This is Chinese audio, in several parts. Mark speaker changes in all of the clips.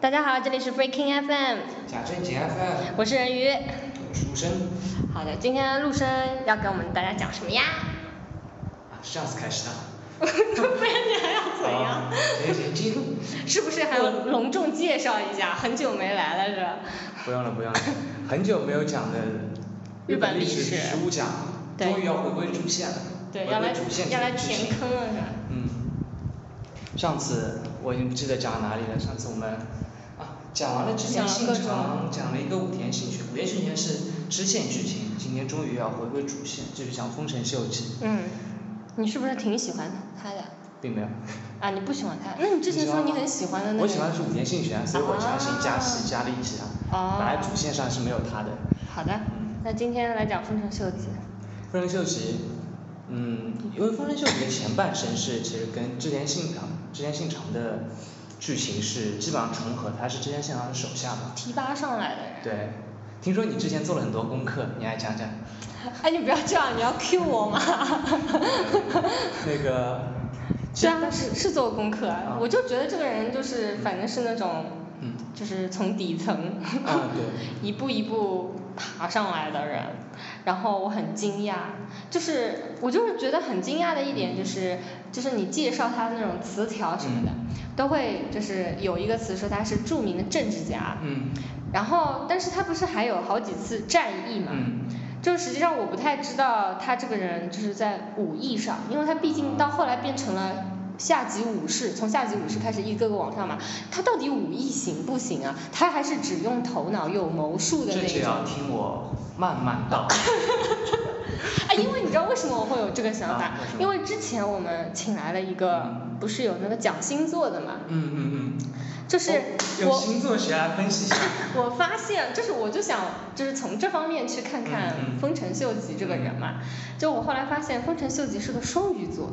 Speaker 1: 大家好，这里是 Breaking FM，
Speaker 2: 贾正杰 FM，
Speaker 1: 我是人鱼。
Speaker 2: 出生
Speaker 1: 好的，今天陆生要给我们大家讲什么 呀？
Speaker 2: 啊，是这样子开始的。
Speaker 1: 不然你还要怎样
Speaker 2: 啊？行行进入。
Speaker 1: 是不是还要隆重介绍一下？很久没来了是吧？
Speaker 2: 不用了不用了，很久没有讲的
Speaker 1: 日本历
Speaker 2: 历
Speaker 1: 史
Speaker 2: 史实物讲，
Speaker 1: 对
Speaker 2: 终于要回归主线了。
Speaker 1: 对，
Speaker 2: 回
Speaker 1: 要
Speaker 2: 归
Speaker 1: 来
Speaker 2: 主线
Speaker 1: 要来
Speaker 2: 这件事
Speaker 1: 填
Speaker 2: 情
Speaker 1: 坑了是吧？
Speaker 2: 嗯，上次我已经不记得讲哪里了。上次我们啊讲完了织田信
Speaker 1: 讲了
Speaker 2: 长，讲了一个武田信玄，武田信玄是支线剧情，今天终于要回归主线，就是讲丰臣秀吉，
Speaker 1: 嗯，你是不是挺喜欢他的？
Speaker 2: 并没有。
Speaker 1: 啊，你不喜欢他？那你之前说你很喜欢的那个？
Speaker 2: 我喜欢的是武田信玄，所以我相信加
Speaker 1: 嗯啊
Speaker 2: 戏加力气啊。
Speaker 1: 哦
Speaker 2: 本来主线上是没有他的。
Speaker 1: 好的，那今天来讲丰臣秀吉。
Speaker 2: 丰臣秀吉，嗯，因为丰臣秀吉的前半生是其实跟织田信长、织田信长的剧情是基本上重合，他是织田信长的手下嘛。
Speaker 1: 提拔上来的人。
Speaker 2: 对，听说你之前做了很多功课，你来讲讲。
Speaker 1: 哎，你不要这样，你要 Q 我嘛。
Speaker 2: 那个，
Speaker 1: 对啊，是是做功课啊
Speaker 2: 啊，
Speaker 1: 我就觉得这个人就是反正是那种，
Speaker 2: 嗯
Speaker 1: 就是从底层，
Speaker 2: 啊对
Speaker 1: 一步一步爬上来的人，然后我很惊讶，就是我就是觉得很惊讶的一点就是，就是你介绍他的那种词条什么的，都会就是有一个词说他是著名的政治家，
Speaker 2: 嗯
Speaker 1: 然后但是他不是还有好几次战役嘛，
Speaker 2: 嗯
Speaker 1: 就实际上我不太知道他这个人就是在武艺上，因为他毕竟到后来变成了下级武士，从下级武士开始一个个往上嘛，他到底武艺行不行啊？他还是只用头脑有谋术的
Speaker 2: 这
Speaker 1: 那
Speaker 2: 就
Speaker 1: 种。
Speaker 2: 要听我慢慢道。
Speaker 1: 哎，因为你知道为什么我会有这个想法？
Speaker 2: 啊为什么
Speaker 1: 因为之前我们请来了一个，不是有那个讲星座的嘛，
Speaker 2: 嗯嗯嗯。
Speaker 1: 就是
Speaker 2: 哦
Speaker 1: 我
Speaker 2: 用星座学来分析一下。
Speaker 1: 我发现，就是我就想，就是从这方面去看看
Speaker 2: 嗯嗯嗯
Speaker 1: 丰臣秀吉这个人嘛。就我后来发现，丰臣秀吉是个双鱼座，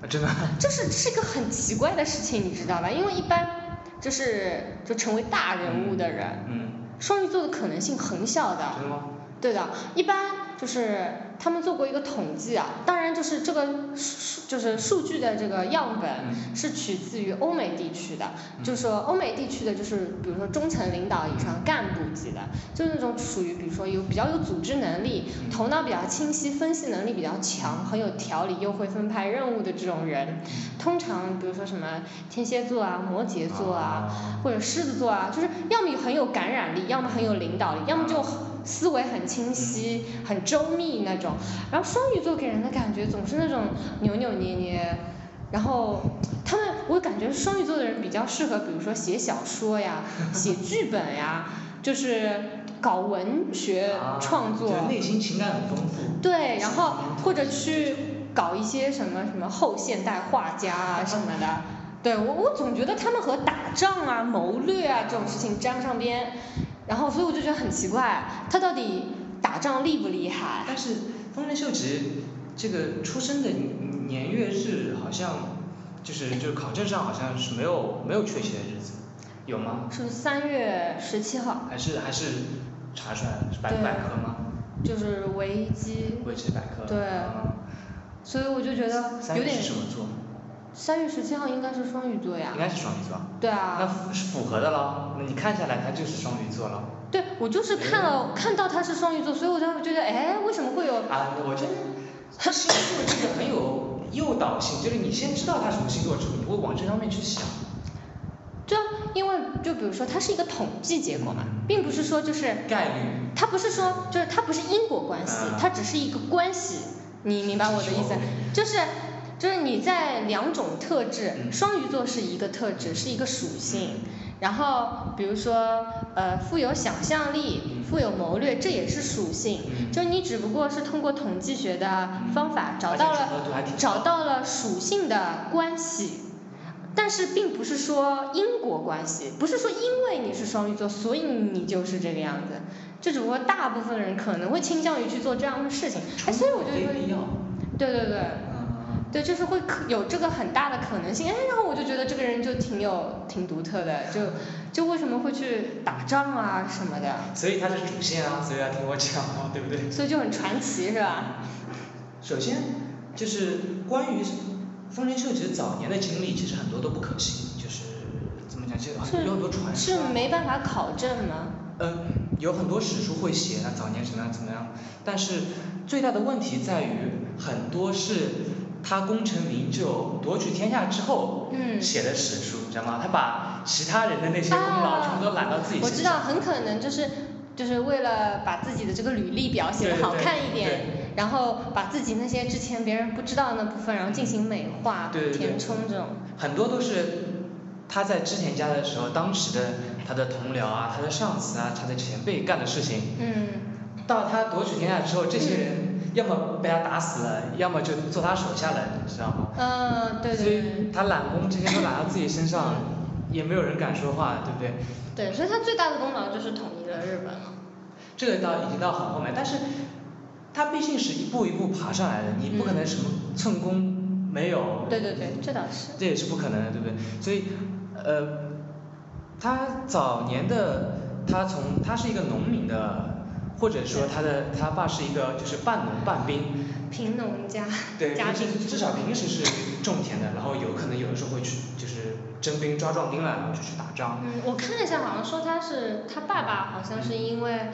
Speaker 2: 啊真的。
Speaker 1: 就是是一个很奇怪的事情，你知道吧？因为一般就是就成为大人物的人，
Speaker 2: 嗯，
Speaker 1: 双鱼座的可能性很小的。
Speaker 2: 真的吗？
Speaker 1: 对的，一般就是他们做过一个统计啊，当然就是这个数就是数据的这个样本
Speaker 2: 嗯
Speaker 1: 是取自于欧美地区的，
Speaker 2: 嗯
Speaker 1: 就是说欧美地区的就是比如说中层领导以上干部级的，就是那种属于比如说有比较有组织能力、
Speaker 2: 嗯
Speaker 1: 头脑比较清晰、分析能力比较强、很有条理又会分派任务的这种人，通常比如说什么天蝎座啊、摩羯座啊，
Speaker 2: 啊
Speaker 1: 或者狮子座啊，就是要么很有感染力，要么很有领导力，
Speaker 2: 嗯
Speaker 1: 要么就思维很清晰、很周密那种。然后双鱼座给人的感觉总是那种扭扭捏捏，然后他们我感觉双鱼座的人比较适合，比如说写小说 呀、写剧本呀，就是搞文学
Speaker 2: 啊
Speaker 1: 创作。
Speaker 2: 就是内心情感很丰富。
Speaker 1: 对，然后或者去搞一些什么什么后现代画家啊什么的。对我，我总觉得他们和打仗啊、谋略啊这种事情沾不上边，然后所以我就觉得很奇怪，他到底打仗厉不厉害？
Speaker 2: 但是丰臣秀吉这个出生的年月日好像就是就是考证上好像是没有没有确切的日子，有吗？
Speaker 1: 是三月十七号，
Speaker 2: 还是还是查出来了是百
Speaker 1: 对
Speaker 2: 百科吗？
Speaker 1: 就是维基，
Speaker 2: 维基百科。
Speaker 1: 对
Speaker 2: 嗯
Speaker 1: 所以我就觉得
Speaker 2: 三
Speaker 1: 有
Speaker 2: 月
Speaker 1: 点
Speaker 2: 是。什么座？
Speaker 1: 三月十七号应该是双鱼座呀
Speaker 2: 应。该是双鱼座。
Speaker 1: 对
Speaker 2: 那
Speaker 1: 啊，
Speaker 2: 符是符合的喽，那你看下来它就是双鱼座了。
Speaker 1: 对我就是看了看到他是双鱼座，所以我就觉得，哎，为什么会有
Speaker 2: 啊，我觉得星座这个很有诱导性，就是你先知道他什么星座之后，你会往这方面去想。
Speaker 1: 对啊，因为就比如说，它是一个统计结果嘛，并不是说就是
Speaker 2: 概率
Speaker 1: 它不是说就是它不是因果关系
Speaker 2: 啊，
Speaker 1: 它只是一个关系，你明白我的意思？就是就是你在两种特质，
Speaker 2: 嗯
Speaker 1: 双鱼座是一个特质，是一个属性。然后，比如说，呃，富有想象力、
Speaker 2: 嗯
Speaker 1: 富有谋略，这也是属性。
Speaker 2: 嗯
Speaker 1: 就你只不过是通过统计学的方法找到了
Speaker 2: 而且符合度还挺高
Speaker 1: 找到了属性的关系，但是并不是说因果关系，不是说因为你是双鱼座，所以你就是这个样子。就只不过大部分人可能会倾向于去做这样的事情，哎，所以我就
Speaker 2: 没必
Speaker 1: 会，
Speaker 2: 要。
Speaker 1: 对对对，
Speaker 2: 嗯
Speaker 1: 对，就是会可有这个很大的可能性。哎，然后我就觉得这个人就挺有挺独特的，就就为什么会去打仗啊什么的，
Speaker 2: 所以它是主线啊，所以要听我讲啊，对不对？
Speaker 1: 所以就很传奇是吧？
Speaker 2: 首先就是关于丰臣秀吉早年的经历，其实很多都不可信，就是怎么讲，感觉
Speaker 1: 是
Speaker 2: 有很多传
Speaker 1: 是
Speaker 2: 说。
Speaker 1: 没办法考证吗？
Speaker 2: 嗯，有很多史书会写他早年怎么样怎么样，但是最大的问题在于很多是他功成名就、夺取天下之后
Speaker 1: 嗯
Speaker 2: 写的史书，你知道吗？他把其他人的那些功劳全部都揽到自己
Speaker 1: 啊我
Speaker 2: 身
Speaker 1: 知
Speaker 2: 上。
Speaker 1: 道，很可能就是就是为了把自己的这个履历表写
Speaker 2: 对
Speaker 1: 得
Speaker 2: 对
Speaker 1: 好看一
Speaker 2: 对
Speaker 1: 点，然后把自己那些之前别人不知道的那部分，然后进行美化、
Speaker 2: 对对对
Speaker 1: 填充这种。
Speaker 2: 很多都是他在之前家的时候，当时的他的同僚啊、他的上司啊、他的前辈干的事情，
Speaker 1: 嗯，
Speaker 2: 到他夺取天下之后，这些人要么被他打死了，要么就做他手下了，你知道吗？
Speaker 1: 呃，对
Speaker 2: 所
Speaker 1: 对对。嗯
Speaker 2: 以他揽功这些都揽到自己身上，也没有人敢说话，对不对？
Speaker 1: 对，所以他最大的功劳就是统一了日本了。
Speaker 2: 这个到已经到很后面，但是他毕竟是一步一步爬上来的，你不可能什么寸功没有，
Speaker 1: 嗯对对对，这倒是。
Speaker 2: 这也是不可能的，对不对？所以，呃，他早年的他从他是一个农民的，或者说他的他爸是一个就是半农半兵，
Speaker 1: 贫农家
Speaker 2: 对，
Speaker 1: 家
Speaker 2: 平
Speaker 1: 庭
Speaker 2: 时至少平时是种田的，然后有可能有的时候会去就是征兵抓壮丁了，然后就去打仗。
Speaker 1: 嗯，我看了一下，好像说他是他爸爸，好像是因为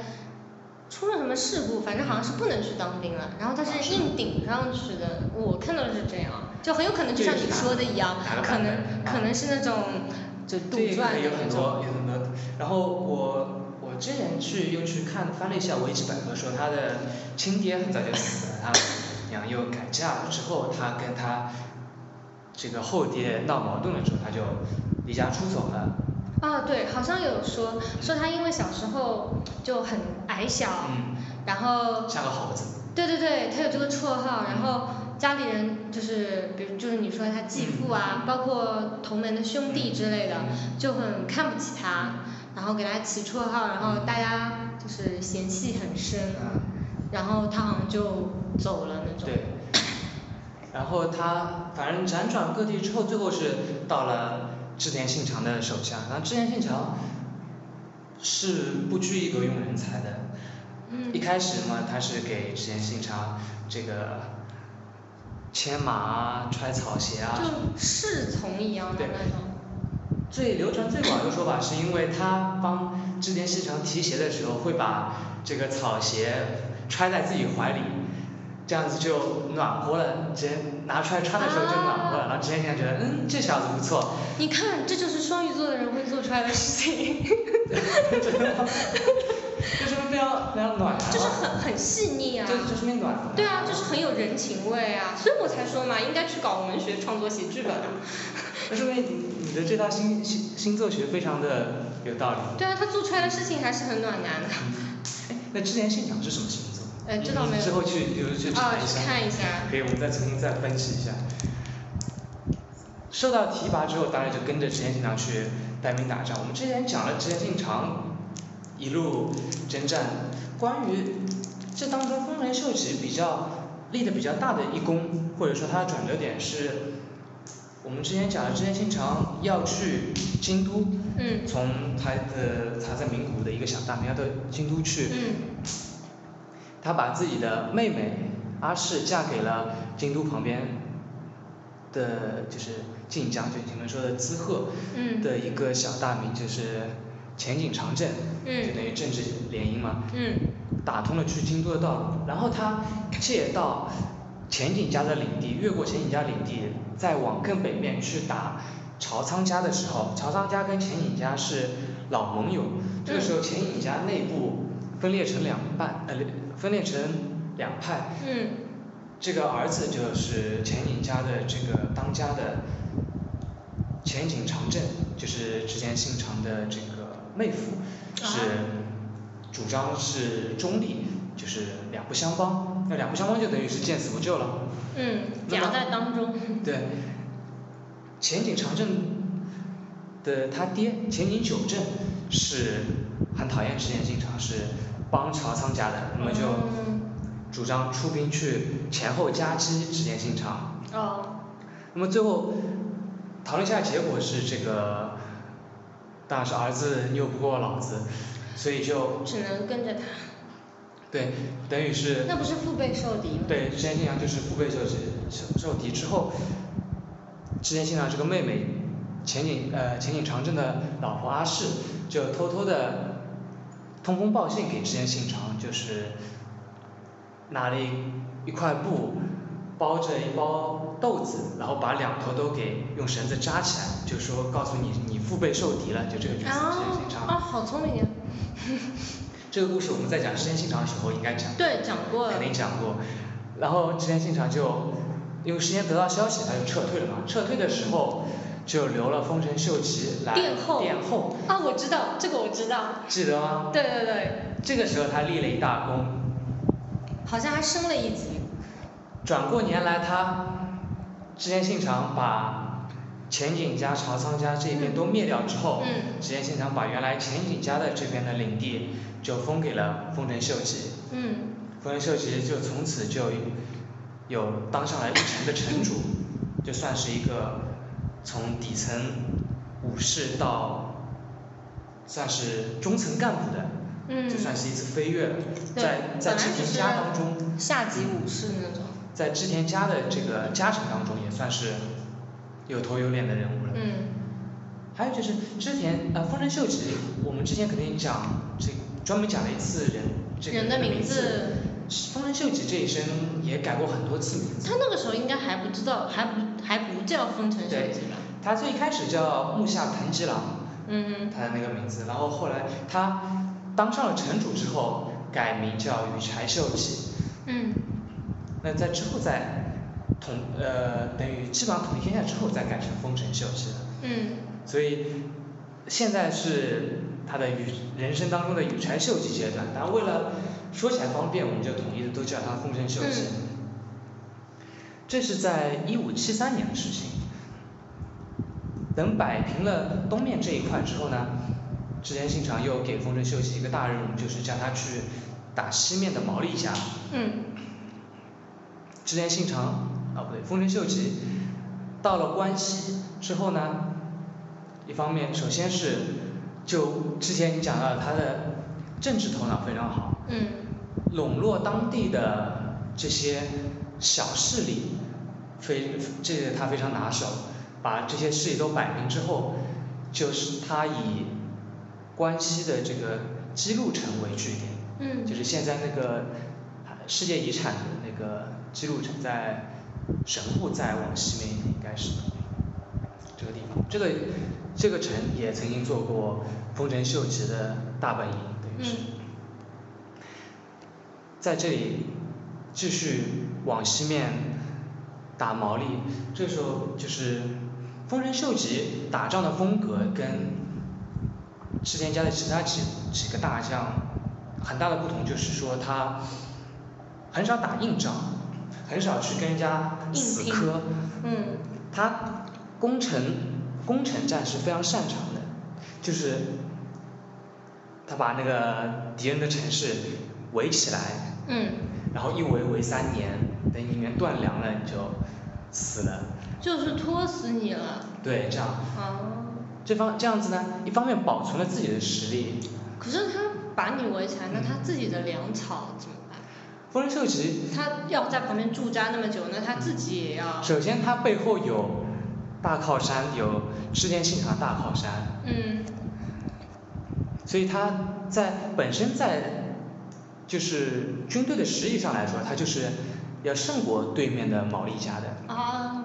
Speaker 1: 出了什么事故，反正好像是不能去当兵了，然后他是硬顶上去的。我看到的是这样，就很有可能就像你说的一样
Speaker 2: 这，个是
Speaker 1: 可
Speaker 2: 哪个
Speaker 1: 能
Speaker 2: 哪个
Speaker 1: 可能是那种就杜
Speaker 2: 对，
Speaker 1: 撰的
Speaker 2: 有
Speaker 1: 那
Speaker 2: 很
Speaker 1: 种。
Speaker 2: 多有很多。然后我我之前去又去看翻了一下维基百科，说他的亲爹很早就死了，他娘又改嫁了之后，他跟他这个后爹闹矛盾了之后，他就离家出走了。
Speaker 1: 啊，对，好像有说说他因为小时候就很矮小，
Speaker 2: 嗯，
Speaker 1: 然后
Speaker 2: 像个猴子。
Speaker 1: 对对对，他有这个绰号，然后
Speaker 2: 嗯
Speaker 1: 家里人就是，比如就是你说他继父啊，
Speaker 2: 嗯
Speaker 1: 包括同门的兄弟之类的，就很看不起他，然后给他起绰号，然后大家就是嫌隙很深，
Speaker 2: 嗯，
Speaker 1: 然后他好像就走了那种。
Speaker 2: 对。然后他反正辗转各地之后，最后是到了织田信长的手下。然后织田信长是不拘一格用人才的，
Speaker 1: 嗯
Speaker 2: 一开始嘛，他是给织田信长这个牵马啊、揣草鞋啊。
Speaker 1: 就侍从一样的
Speaker 2: 对
Speaker 1: 那种。
Speaker 2: 最流传最广的说法是因为他帮织田信长提鞋的时候，会把这个草鞋揣在自己怀里，这样子就暖和了。直接拿出来穿的时候就暖和了，
Speaker 1: 啊
Speaker 2: 然后织田信长觉得，嗯，这小子不错。
Speaker 1: 你看，这就是双鱼座的人会做出来的事情，
Speaker 2: 这说明非常非常暖
Speaker 1: 就是
Speaker 2: 和，
Speaker 1: 很很细腻啊。
Speaker 2: 这这说明暖和。
Speaker 1: 对啊，就是很有人情味啊，所以我才说嘛，应该去搞文学创作、写剧本啊。
Speaker 2: 那说明你你的这套星星星座学非常的有道理。
Speaker 1: 对啊，他做出来的事情还是很暖男的。
Speaker 2: 哎，那之前信长是什么星座？
Speaker 1: 哎
Speaker 2: 你
Speaker 1: 知道没有
Speaker 2: 之后去有去查
Speaker 1: 啊，
Speaker 2: 一
Speaker 1: 去
Speaker 2: 下。
Speaker 1: 看一下。
Speaker 2: 可以，我们再重新再分析一下。受到提拔之后，当然就跟着织田信长去带兵打仗。我们之前讲了织田信长一路征战，关于这当中丰臣秀吉比较立的比较大的一功，或者说他的转折点是，我们之前讲了织田信长要去京都，
Speaker 1: 嗯
Speaker 2: 从他的他在名古屋的一个小大名要到京都去，
Speaker 1: 嗯
Speaker 2: 他把自己的妹妹阿市嫁给了京都旁边的，就是晋江，就你们说的滋贺
Speaker 1: 嗯
Speaker 2: 的一个小大名，就是前井长政，
Speaker 1: 嗯
Speaker 2: 就等于政治联姻嘛，
Speaker 1: 嗯
Speaker 2: 打通了去京都的道路，然后他借到前景家的领地，越过前景家领地，再往更北面去打朝仓家的时候，朝仓家跟前景家是老盟友，这个时候前景家内部分裂成两半，呃，分裂成两派，
Speaker 1: 嗯
Speaker 2: 这个儿子就是前景家的这个当家的前景长政，就是之前姓长的这个妹夫，
Speaker 1: 啊
Speaker 2: 是主张是中立，就是两不相帮。那两不相帮就等于是见死不救了。
Speaker 1: 嗯，夹在当中。
Speaker 2: 对，前景长政的他爹前景久政是很讨厌之前信长，是帮朝仓家的，那么就
Speaker 1: 嗯
Speaker 2: 主张出兵去前后夹击织田信长。
Speaker 1: 哦，
Speaker 2: 那么最后讨论下来结果是这个，当然是儿子拗不过老子，所以就
Speaker 1: 只能跟着他，
Speaker 2: 对，等于是
Speaker 1: 那不是腹背受敌吗？
Speaker 2: 对织田信长就是腹背受敌受受敌之后，织田信长这个妹妹前井呃前井长政的老婆阿氏就偷偷的通风报信给织田信长，就是拿了一一块布包着一包豆子，然后把两头都给用绳子扎起来，就说告诉你你父辈受敌了，就这个角色织田信
Speaker 1: 啊，
Speaker 2: 长。
Speaker 1: 好聪明呀！
Speaker 2: 这个故事我们在讲织田信长的时候应该讲过。
Speaker 1: 对，讲过了
Speaker 2: 肯。定讲过。然后织田信长就因为时间得到消息，他就撤退了嘛。撤退的时候就留了丰臣秀吉来
Speaker 1: 殿后
Speaker 2: 殿后，
Speaker 1: 啊，我知道这个，我知道。
Speaker 2: 记得吗？
Speaker 1: 对对对，
Speaker 2: 这个时候他立了一大功，
Speaker 1: 好像还升了一级。
Speaker 2: 转过年来他织田信长把前景家、朝仓家这边都灭掉之后，
Speaker 1: 嗯
Speaker 2: 织田信长把原来前景家的这边的领地就封给了丰臣秀吉。
Speaker 1: 嗯，
Speaker 2: 丰臣秀吉就从此就有当上了一城的城主，就算是一个从底层武士到算是中层干部的，
Speaker 1: 嗯
Speaker 2: 就算是一次飞跃了。
Speaker 1: 对
Speaker 2: 在在
Speaker 1: 本来
Speaker 2: 织
Speaker 1: 就
Speaker 2: 田
Speaker 1: 是
Speaker 2: 家当中，
Speaker 1: 下级武士那种。
Speaker 2: 在织田家的这个家臣当中，也算是有头有脸的人物了。
Speaker 1: 嗯
Speaker 2: 还有就是织田呃丰臣秀吉，我们之前肯定讲这专门讲了一次人这个
Speaker 1: 人的名字，
Speaker 2: 丰臣秀吉这一生也改过很多次名字，
Speaker 1: 他那个时候应该还不知道，还不还不叫丰臣秀吉吧？
Speaker 2: 他最开始叫木下藤吉郎，
Speaker 1: 嗯
Speaker 2: 他的那个名字，然后后来他当上了城主之后改名叫羽柴秀吉，
Speaker 1: 嗯，
Speaker 2: 那在之后再统呃等于基本上统一天下之后再改成丰臣秀吉了，
Speaker 1: 嗯
Speaker 2: 所以现在是他的羽人生当中的羽柴秀吉阶段，但为了说起来方便，我们就统一的都叫他丰臣秀吉。这是在一五七三年的事情。等摆平了东面这一块之后呢，织田信长又给丰臣秀吉一个大任务，就是叫他去打西面的毛利家。
Speaker 1: 嗯
Speaker 2: 织田信长啊，不对，丰臣秀吉到了关西之后呢，一方面首先是就之前你讲到了他的政治头脑非常好，
Speaker 1: 嗯
Speaker 2: 笼络当地的这些小势力，非这个他非常拿手，把这些势力都摆平之后，就是他以关西的这个姬路城为据点，
Speaker 1: 嗯
Speaker 2: 就是现在那个呃世界遗产的那个姬路城在神户，再往西面一点应该是这个地方。这个这个城也曾经做过丰臣秀吉的大本营，等于是、
Speaker 1: 嗯
Speaker 2: 在这里继续往西面打毛利。这时候就是丰臣秀吉打仗的风格跟织田家的其他几几个大将很大的不同，就是说他很少打硬仗，很少去跟人家死
Speaker 1: 硬拼
Speaker 2: 磕，
Speaker 1: 嗯
Speaker 2: 他攻城攻城战是非常擅长的，就是他把那个敌人的城市围起来，
Speaker 1: 嗯，
Speaker 2: 然后一围围三年，等你们断粮了你就死了。
Speaker 1: 就是拖死你了。
Speaker 2: 对，这样
Speaker 1: 啊，
Speaker 2: 这方这样子呢，一方面保存了自己的实力，
Speaker 1: 可是他把你围起来，那他自己的粮草怎么办？
Speaker 2: 丰臣秀吉
Speaker 1: 他要在旁边驻扎那么久，那他自己也要。
Speaker 2: 首先他背后有大靠山，有织田信长大靠山，
Speaker 1: 嗯
Speaker 2: 所以他在本身在就是军队的实力上来说，他就是要胜过对面的毛利家的，
Speaker 1: 啊，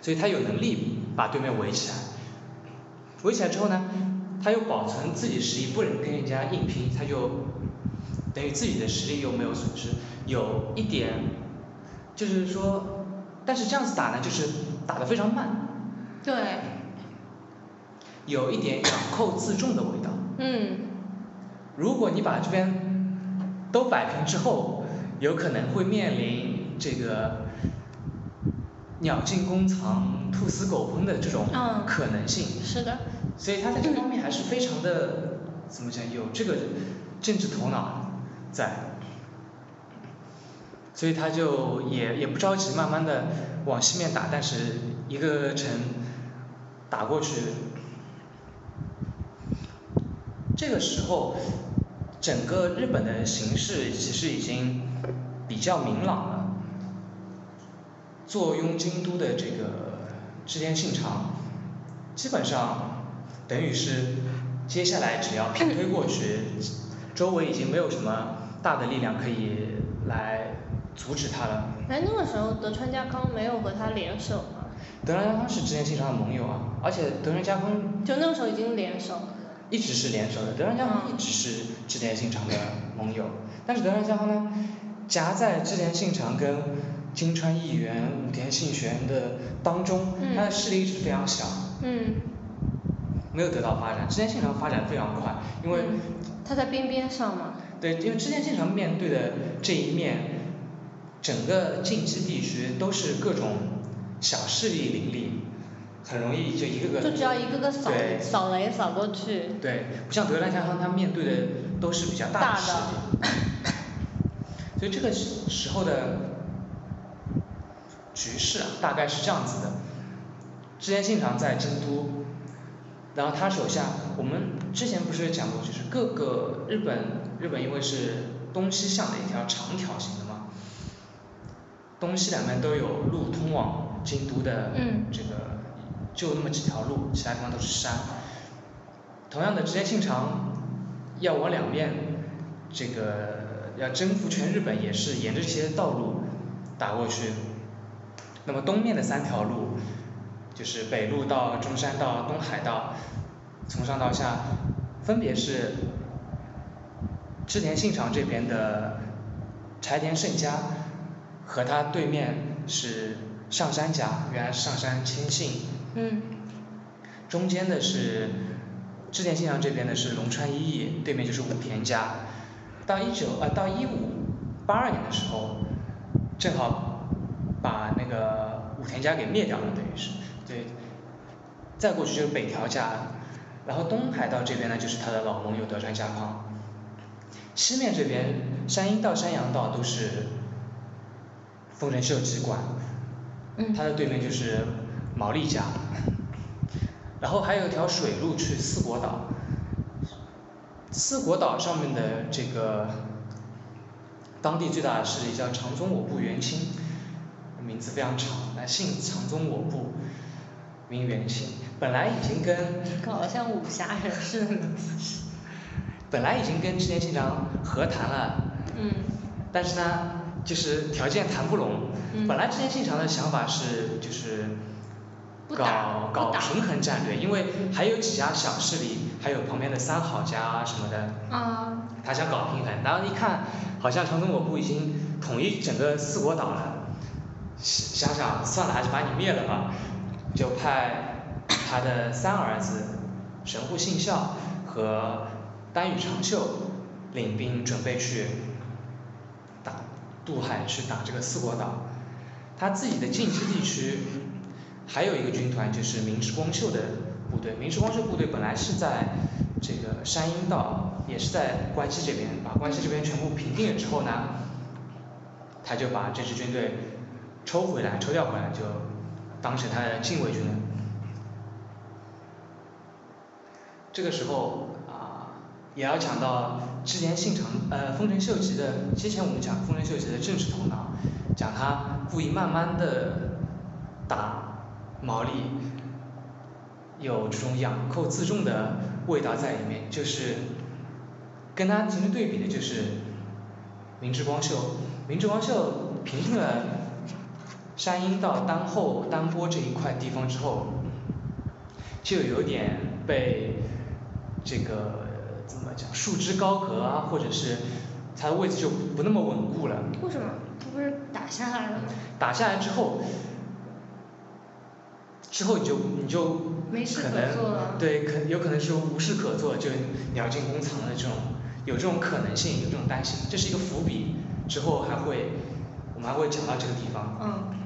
Speaker 2: 所以他有能力把对面围起来。围起来之后呢，他又保存自己实力，不能跟人家硬拼，他就等于自己的实力又没有损失，有一点就是说，但是这样子打呢，就是打得非常慢，
Speaker 1: 对，
Speaker 2: 有一点养寇自重的味道。
Speaker 1: 嗯
Speaker 2: 如果你把这边都摆平之后，有可能会面临这个鸟尽弓藏、兔死狗烹的这种
Speaker 1: 嗯
Speaker 2: 可能性，
Speaker 1: 是的，
Speaker 2: 所以他在这方面还是非常的怎么讲，有这个政治头脑在，所以他就也也不着急，慢慢的往西面打，但是一个城打过去，这个时候整个日本的形势其实已经比较明朗了。坐拥京都的这个织田信长，基本上等于是接下来只要平推过去，周围已经没有什么大的力量可以来阻止他了。
Speaker 3: 哎，那个时候德川家康没有和他联手吗？
Speaker 2: 德川家康是织田信长的盟友啊，而且德川家康
Speaker 3: 就那个时候已经联手了。
Speaker 2: 一直是联手的，德川家康一直是织田信长的盟友，但是德川家康呢，夹在织田信长跟金川议员、武田信玄的当中，
Speaker 3: 嗯
Speaker 2: 他的势力一直非常小，
Speaker 3: 嗯，
Speaker 2: 没有得到发展。织田信长发展非常快，因为、
Speaker 3: 嗯他在边边上嘛。
Speaker 2: 对，因为织田信长面对的这一面，整个近畿地区都是各种小势力林立，很容易就一个个
Speaker 3: 就只要一个个扫
Speaker 2: 对
Speaker 3: 扫雷扫过去，
Speaker 2: 对，不像德莱家康，他们面对的都是比较
Speaker 3: 大
Speaker 2: 的
Speaker 3: 的
Speaker 2: 势力，所以这个时时候的局势啊，大概是这样子的。之前信长在京都，然后他手下，我们之前不是讲过，就是各个日本日本因为是东西向的一条长条形的嘛，东西两边都有路通往京都的
Speaker 3: 嗯
Speaker 2: 这个就那么几条路，其他地方都是山。同样的，织田信长要往两面这个要征服全日本，也是沿着这些道路打过去。那么东面的三条路，就是北路到中山道、东海道，从上到下，分别是织田信长这边的柴田胜家和他对面是上杉家，原来是上杉谦信，
Speaker 3: 嗯
Speaker 2: 中间的是织田信长这边的是龙川一益，对面就是武田家。到一九呃到一五八二年的时候，正好把那个武田家给灭掉了，等于是对。再过去就是北条家，然后东海道这边呢就是他的老盟友德川家康。西面这边山阴道、山阳道都是丰臣秀吉管，
Speaker 3: 嗯
Speaker 2: 它的对面就是毛利家，然后还有一条水路去四国岛。四国岛上面的这个当地最大的势力叫长宗我部元亲，名字非常长，那姓长宗我部，名元亲，本来已经跟
Speaker 3: 搞得像武侠人似 的。
Speaker 2: 本来已经跟织田信长和谈了，
Speaker 3: 嗯
Speaker 2: 但是呢，就是条件谈不拢。
Speaker 3: 嗯
Speaker 2: 本来之前信长的想法是就是
Speaker 3: 不打
Speaker 2: 搞
Speaker 3: 不
Speaker 2: 搞
Speaker 3: 打
Speaker 2: 平衡战略，因为还有几家小势力，还有旁边的三好家啊什么的，
Speaker 3: 啊，
Speaker 2: 他想搞平衡。然后一看，好像长宗我部已经统一整个四国岛了，想想想算了，还是把你灭了吧，就派他的三儿子神户信孝和丹羽长秀领兵准备去打渡海去打这个四国岛，他自己的近畿地区还有一个军团就是明智光秀的部队，明智光秀部队本来是在这个山阴道，也是在关西这边，把关西这边全部平定了之后呢，他就把这支军队抽回来，抽调回来就当成他的禁卫军了。这个时候啊、也要讲到之前信长呃丰臣秀吉的，之前我们讲丰臣秀吉的政治头脑，讲他故意慢慢的打毛利，有这种养寇自重的味道在里面，就是跟他形成对比的就是明智光秀，明智光秀平定了山阴到丹后、丹波这一块地方之后，就有点被这个怎么讲束之高阁啊，或者是他的位置就不那么稳固了。
Speaker 3: 为什么？他不是打下来了吗？
Speaker 2: 打下来之后，之后你就你就
Speaker 3: 没事
Speaker 2: 可
Speaker 3: 可
Speaker 2: 能
Speaker 3: 做了
Speaker 2: 对，可有可能是无事可做，就鸟尽弓藏的这种，有这种可能性，有这种担心，这是一个伏笔，之后还会我们还会讲到这个地方。
Speaker 3: 嗯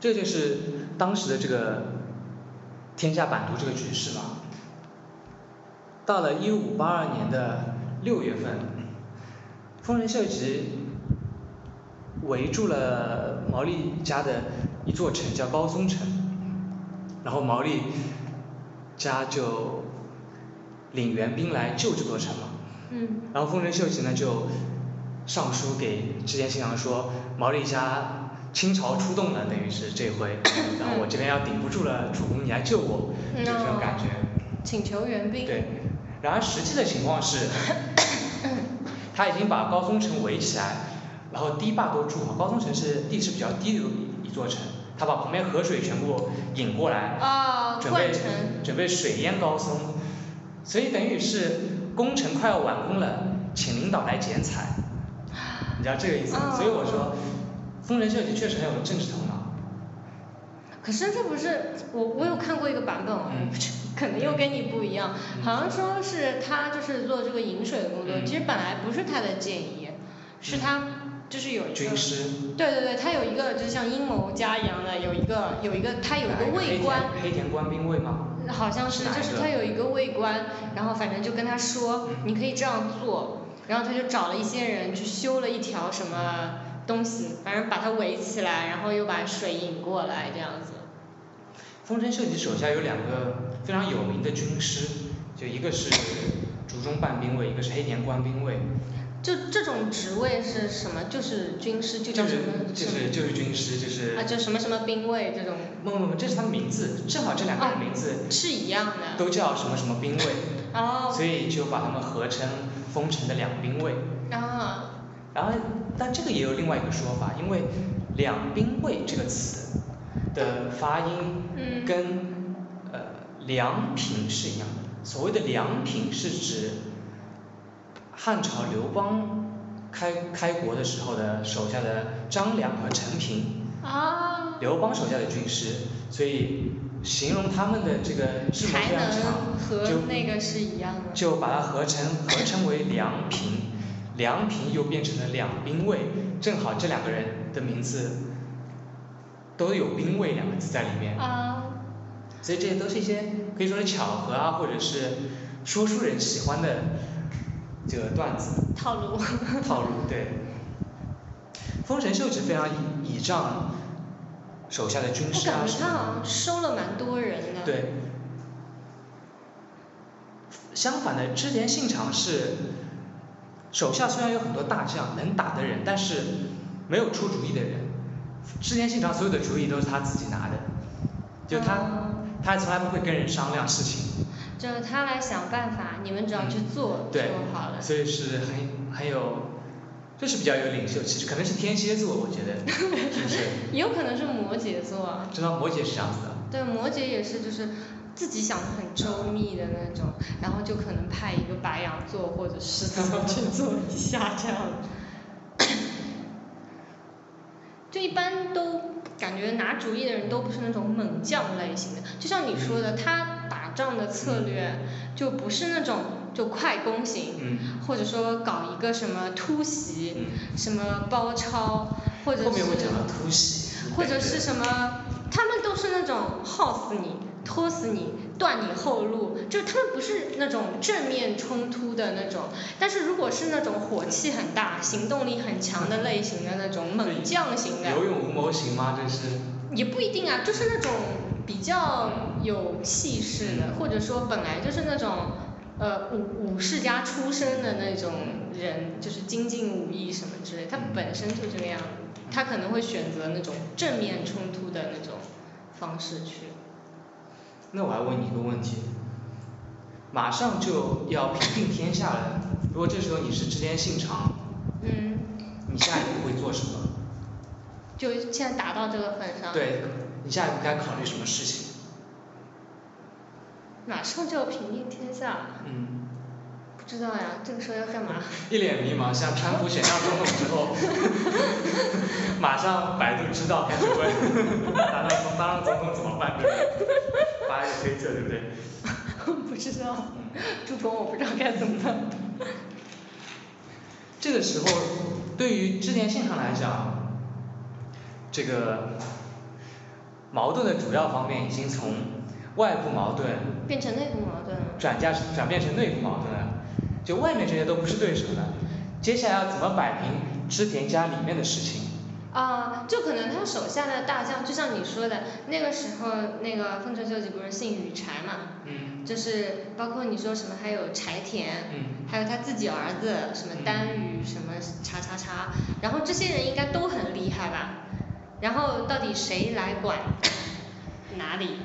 Speaker 2: 这就是当时的这个天下版图这个局势嘛。到了一五八二年的六月份，丰臣秀吉围住了毛利家的一座城，叫高松城，然后毛利家就领援兵来救这座城了。
Speaker 3: 嗯
Speaker 2: 然后丰臣秀吉呢就上书给织田信长说，毛利家倾巢出动了，等于是这回，然后我这边要顶不住了，主公你来救我，
Speaker 1: 嗯
Speaker 2: 就这种感觉。
Speaker 1: 请求援兵。
Speaker 2: 对，然而实际的情况是，他已经把高松城围起来，然后堤坝都筑好。高松城是地势比较低的一座城，他把旁边河水全部引过来，
Speaker 1: 啊，
Speaker 2: 准备
Speaker 1: 灌城。
Speaker 2: 准备水淹高松，所以等于是工程快要完工了，请领导来剪彩，你知道这个意思吗？
Speaker 1: 哦
Speaker 2: 所以我说，丰臣秀吉确实很有政治头脑，
Speaker 1: 可是这不是我我有看过一个版本哦，
Speaker 2: 嗯
Speaker 1: 可能又跟你不一样，
Speaker 2: 嗯
Speaker 1: 好像说是他就是做这个饮水的工作，
Speaker 2: 嗯
Speaker 1: 其实本来不是他的建议，是他就是有一个
Speaker 2: 嗯军师，
Speaker 1: 对对对，他有一个就像阴谋家一样的，有一个有一个他有一个
Speaker 2: 黑
Speaker 1: 卫
Speaker 2: 田
Speaker 1: 官，
Speaker 2: 黑田官兵卫吗？
Speaker 1: 好像是
Speaker 2: 是哪一
Speaker 1: 就是
Speaker 2: 个
Speaker 1: 他有一个卫官，然后反正就跟他说
Speaker 2: 嗯
Speaker 1: 你可以这样做，然后他就找了一些人去修了一条什么东西，反正把它围起来，然后又把水引过来这样子。
Speaker 2: 丰臣秀吉手下有两个非常有名的军师，就一个是竹中半兵卫，一个是黑田官兵卫，
Speaker 1: 就这种职位是什么？就是军师，就叫
Speaker 2: 就
Speaker 1: 什
Speaker 2: 是
Speaker 1: 么
Speaker 2: 就
Speaker 1: 什
Speaker 2: 是
Speaker 1: 么
Speaker 2: 就是军师，就是
Speaker 1: 啊，就什么什么兵卫这种
Speaker 2: 不不不，这是他的名字，正好这两个人
Speaker 1: 哦
Speaker 2: 名字
Speaker 1: 是一样的。
Speaker 2: 都叫什么什么兵卫。
Speaker 1: 哦，
Speaker 2: 所以就把他们合称封城的两兵卫。
Speaker 1: 啊，
Speaker 2: 然后，但这个也有另外一个说法，因为“两兵卫”这个词的发音
Speaker 1: 嗯，
Speaker 2: 跟呃“良品”是一样的。所谓的“良品”是指汉朝刘邦开开国的时候的手下的张良和陈平，
Speaker 1: 啊，
Speaker 2: 刘邦手下的军师，所以形容他们的这个智谋
Speaker 1: 才
Speaker 2: 非常强。
Speaker 1: 能和
Speaker 2: 就
Speaker 1: 那个是一样的。
Speaker 2: 就把它合成合成为良平，良平又变成了两兵卫，正好这两个人的名字都有“兵卫”两个字在里面，
Speaker 1: 啊，
Speaker 2: 所以这些都是一些可以说是巧合啊，或者是说书人喜欢的这个段子。
Speaker 1: 套路。
Speaker 2: 套路，对。丰臣秀吉非常倚倚仗手下的军
Speaker 1: 我
Speaker 2: 师啊
Speaker 1: 感觉
Speaker 2: 什
Speaker 1: 他
Speaker 2: 么
Speaker 1: 好像收了蛮多人的。
Speaker 2: 的，。对。相反的，织田信长是手下虽然有很多大将能打的人，但是没有出主意的人。织田信长所有的主意都是他自己拿的，就他、
Speaker 1: 嗯
Speaker 2: 他从来不会跟人商量事情，
Speaker 1: 啊就是他来想办法，你们只要去做就
Speaker 2: 嗯对
Speaker 1: 好了。
Speaker 2: 所以是很很有，就是比较有领袖气质，可能是天蝎座，我觉 得是不是？
Speaker 1: 也有可能是摩羯座啊。
Speaker 2: 知道摩羯是这样子的，
Speaker 1: 对，摩羯也是，就是自己想的很周密的那种，然后就可能派一个白羊座或者狮子座去做一下这样。就一般都感觉拿主意的人都不是那种猛将类型的，就像你说的，他打仗的策略就不是那种就快攻型，
Speaker 2: 嗯，
Speaker 1: 或者说搞一个什么突袭，什么包抄，或者是
Speaker 2: 后面会讲到突袭，
Speaker 1: 或者是什么，他们都是那种耗死你、拖死你、断你后路，就是他们不是那种正面冲突的那种，但是如果是那种火气很大、行动力很强的类型的那种猛将型的，
Speaker 2: 有勇无谋型吗？这是，
Speaker 1: 也不一定啊，就是那种比较有气势的，或者说本来就是那种呃武武士家出身的那种人，就是精进武艺什么之类，他本身就这个样子，他可能会选择那种正面冲突的那种方式去。
Speaker 2: 那我还问你一个问题，马上就要平定天下了，如果这时候你是织田信长，
Speaker 1: 嗯，
Speaker 2: 你下一步会做什么？
Speaker 1: 就现在打到这个份上，，
Speaker 2: 对，你下一步该考虑什么事情？
Speaker 1: 马上就要平定天下了，
Speaker 2: 嗯，
Speaker 1: 不知道呀，这个时候要干嘛？
Speaker 2: 一脸迷茫，像川普选上总统之后， 马上百度知道开始问， 当上总当上总统怎么办？ 对不对？发一个推测，对不对？
Speaker 1: 不知道，朱总我不知道该怎么办。
Speaker 2: 这个时候，对于织田信长来讲，这个矛盾的主要方面已经从外部矛盾
Speaker 1: 变成内部矛盾了。
Speaker 2: 转嫁转变成内部矛盾了，就外面这些都不是对手了。接下来要怎么摆平织田家里面的事情？
Speaker 1: 啊、就可能他手下的大将，就像你说的，那个时候那个丰臣秀吉不是姓羽柴嘛，
Speaker 2: 嗯
Speaker 1: 就是包括你说什么，还有柴田，
Speaker 2: 嗯
Speaker 1: 还有他自己儿子什么丹羽什么叉叉叉，然后这些人应该都很厉害吧？然后到底谁来管 哪里？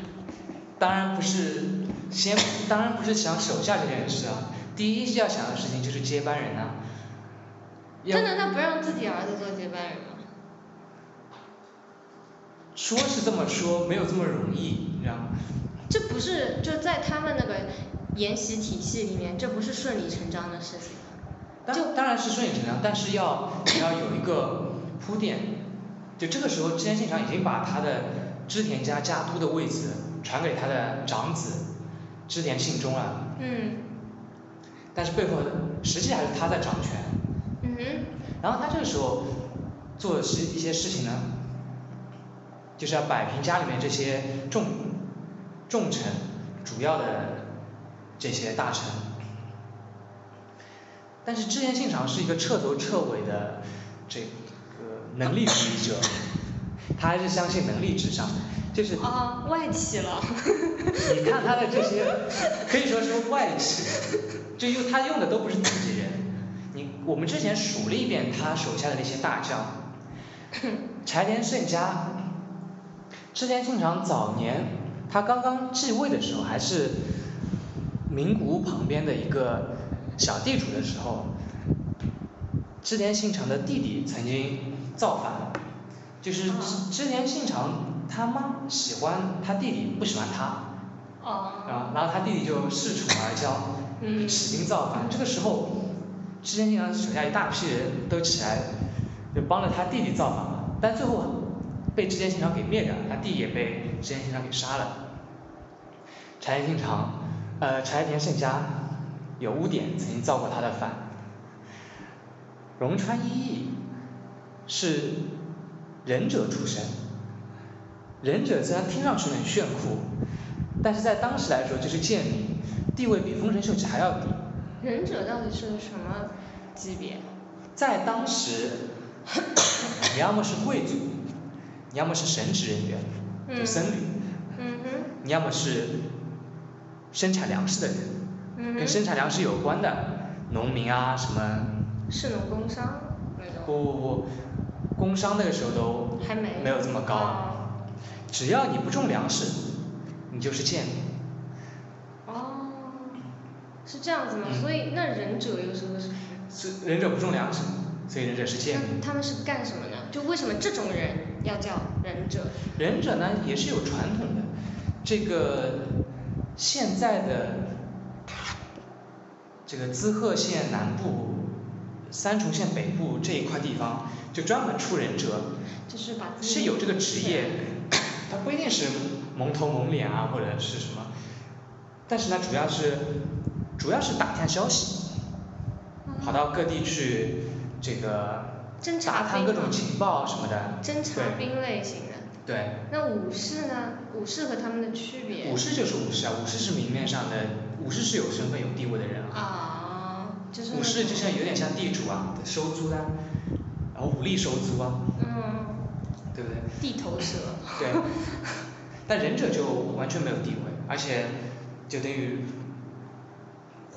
Speaker 2: 当然不是先，当然不是想手下这件事啊，第一要想的事情就是接班人啊。要
Speaker 1: 真的，那不让自己儿子做接班人吗？
Speaker 2: 说是这么说，没有这么容易，你知道吗？
Speaker 1: 这不是就在他们那个研习体系里面，这不是顺理成章的事情。
Speaker 2: 当当然是顺理成章，但是要你要有一个铺垫，就这个时候，织田信长已经把他的织田家家督的位置传给他的长子织田信忠了，
Speaker 1: 嗯
Speaker 2: 但是背后的实际还是他在掌权。
Speaker 1: 嗯哼，
Speaker 2: 然后他这个时候做的是一些事情呢，就是要摆平家里面这些重重臣、主要的这些大臣。但是织田信长是一个彻头彻尾的这个能力主义者，他还是相信能力至上的，就是
Speaker 1: 啊、外企了，
Speaker 2: 你看他的这些，可以说是外企，就用他用的都不是自己人。你我们之前数了一遍他手下的那些大将，柴田胜家，织田信长早年他刚刚继位的时候，还是名古屋旁边的一个小地主的时候，织田信长的弟弟曾经造反，就是
Speaker 1: 啊
Speaker 2: 织织田信长他妈喜欢他弟弟，不喜欢他。
Speaker 1: 哦，
Speaker 2: 啊，然后他弟弟就恃宠而骄，
Speaker 1: 嗯
Speaker 2: 起兵造反。这个时候，织田信长手下一大批人都起来，就帮着他弟弟造反嘛。但最后被织田信长给灭掉了，他弟也被织田信长给杀了。柴田信长，呃，柴田胜家有污点，曾经造过他的反。荣川一益是忍者出身，忍者虽然听上去很炫酷，但是在当时来说就是贱民，地位比丰臣秀吉还要低。
Speaker 1: 忍者到底是个什么级别？
Speaker 2: 在当时，你要么是贵族，你要么是神职人员，就
Speaker 1: 嗯
Speaker 2: 僧侣，
Speaker 1: 嗯哼，
Speaker 2: 你要么是生产粮食的人，
Speaker 1: 嗯
Speaker 2: 跟生
Speaker 1: 哼，
Speaker 2: 产粮食有关的农民啊什么，
Speaker 1: 士农工商那种，
Speaker 2: 不不不，工商那个时候都
Speaker 1: 还没
Speaker 2: 没有这么高
Speaker 1: 哦
Speaker 2: 只要你不种粮食，你就是贱民。
Speaker 1: 哦，是这样子吗？
Speaker 2: 嗯
Speaker 1: 所以那忍者又是为什么？
Speaker 2: 所以忍者不种粮食，所以忍者是贱民。
Speaker 1: 那他们是干什么呢？就为什么这种人要叫忍者？
Speaker 2: 忍者呢也是有传统的，这个现在的这个滋贺县南部、三重县北部这一块地方，就专门出忍者，
Speaker 1: 就是把自己
Speaker 2: 是有这个职业， 它不一定是蒙头蒙脸啊或者是什么，但是呢主要是主要是打探消息，跑到各地去这个
Speaker 1: 嗯侦察
Speaker 2: 打探
Speaker 1: 兵
Speaker 2: 各种
Speaker 1: 吗
Speaker 2: 情报什么的，
Speaker 1: 侦察兵类型的。
Speaker 2: 对。
Speaker 1: 那武士呢？武士和他们的区别
Speaker 2: 武士就是武士啊，武士是明面上的，武士是有身份有地位的人啊。
Speaker 1: 啊，就是
Speaker 2: 武士就像有点像地主啊，收租啊，然后武力收租啊，
Speaker 1: 嗯，
Speaker 2: 对不对？
Speaker 1: 地头蛇。
Speaker 2: 对。但忍者就完全没有地位，而且就等于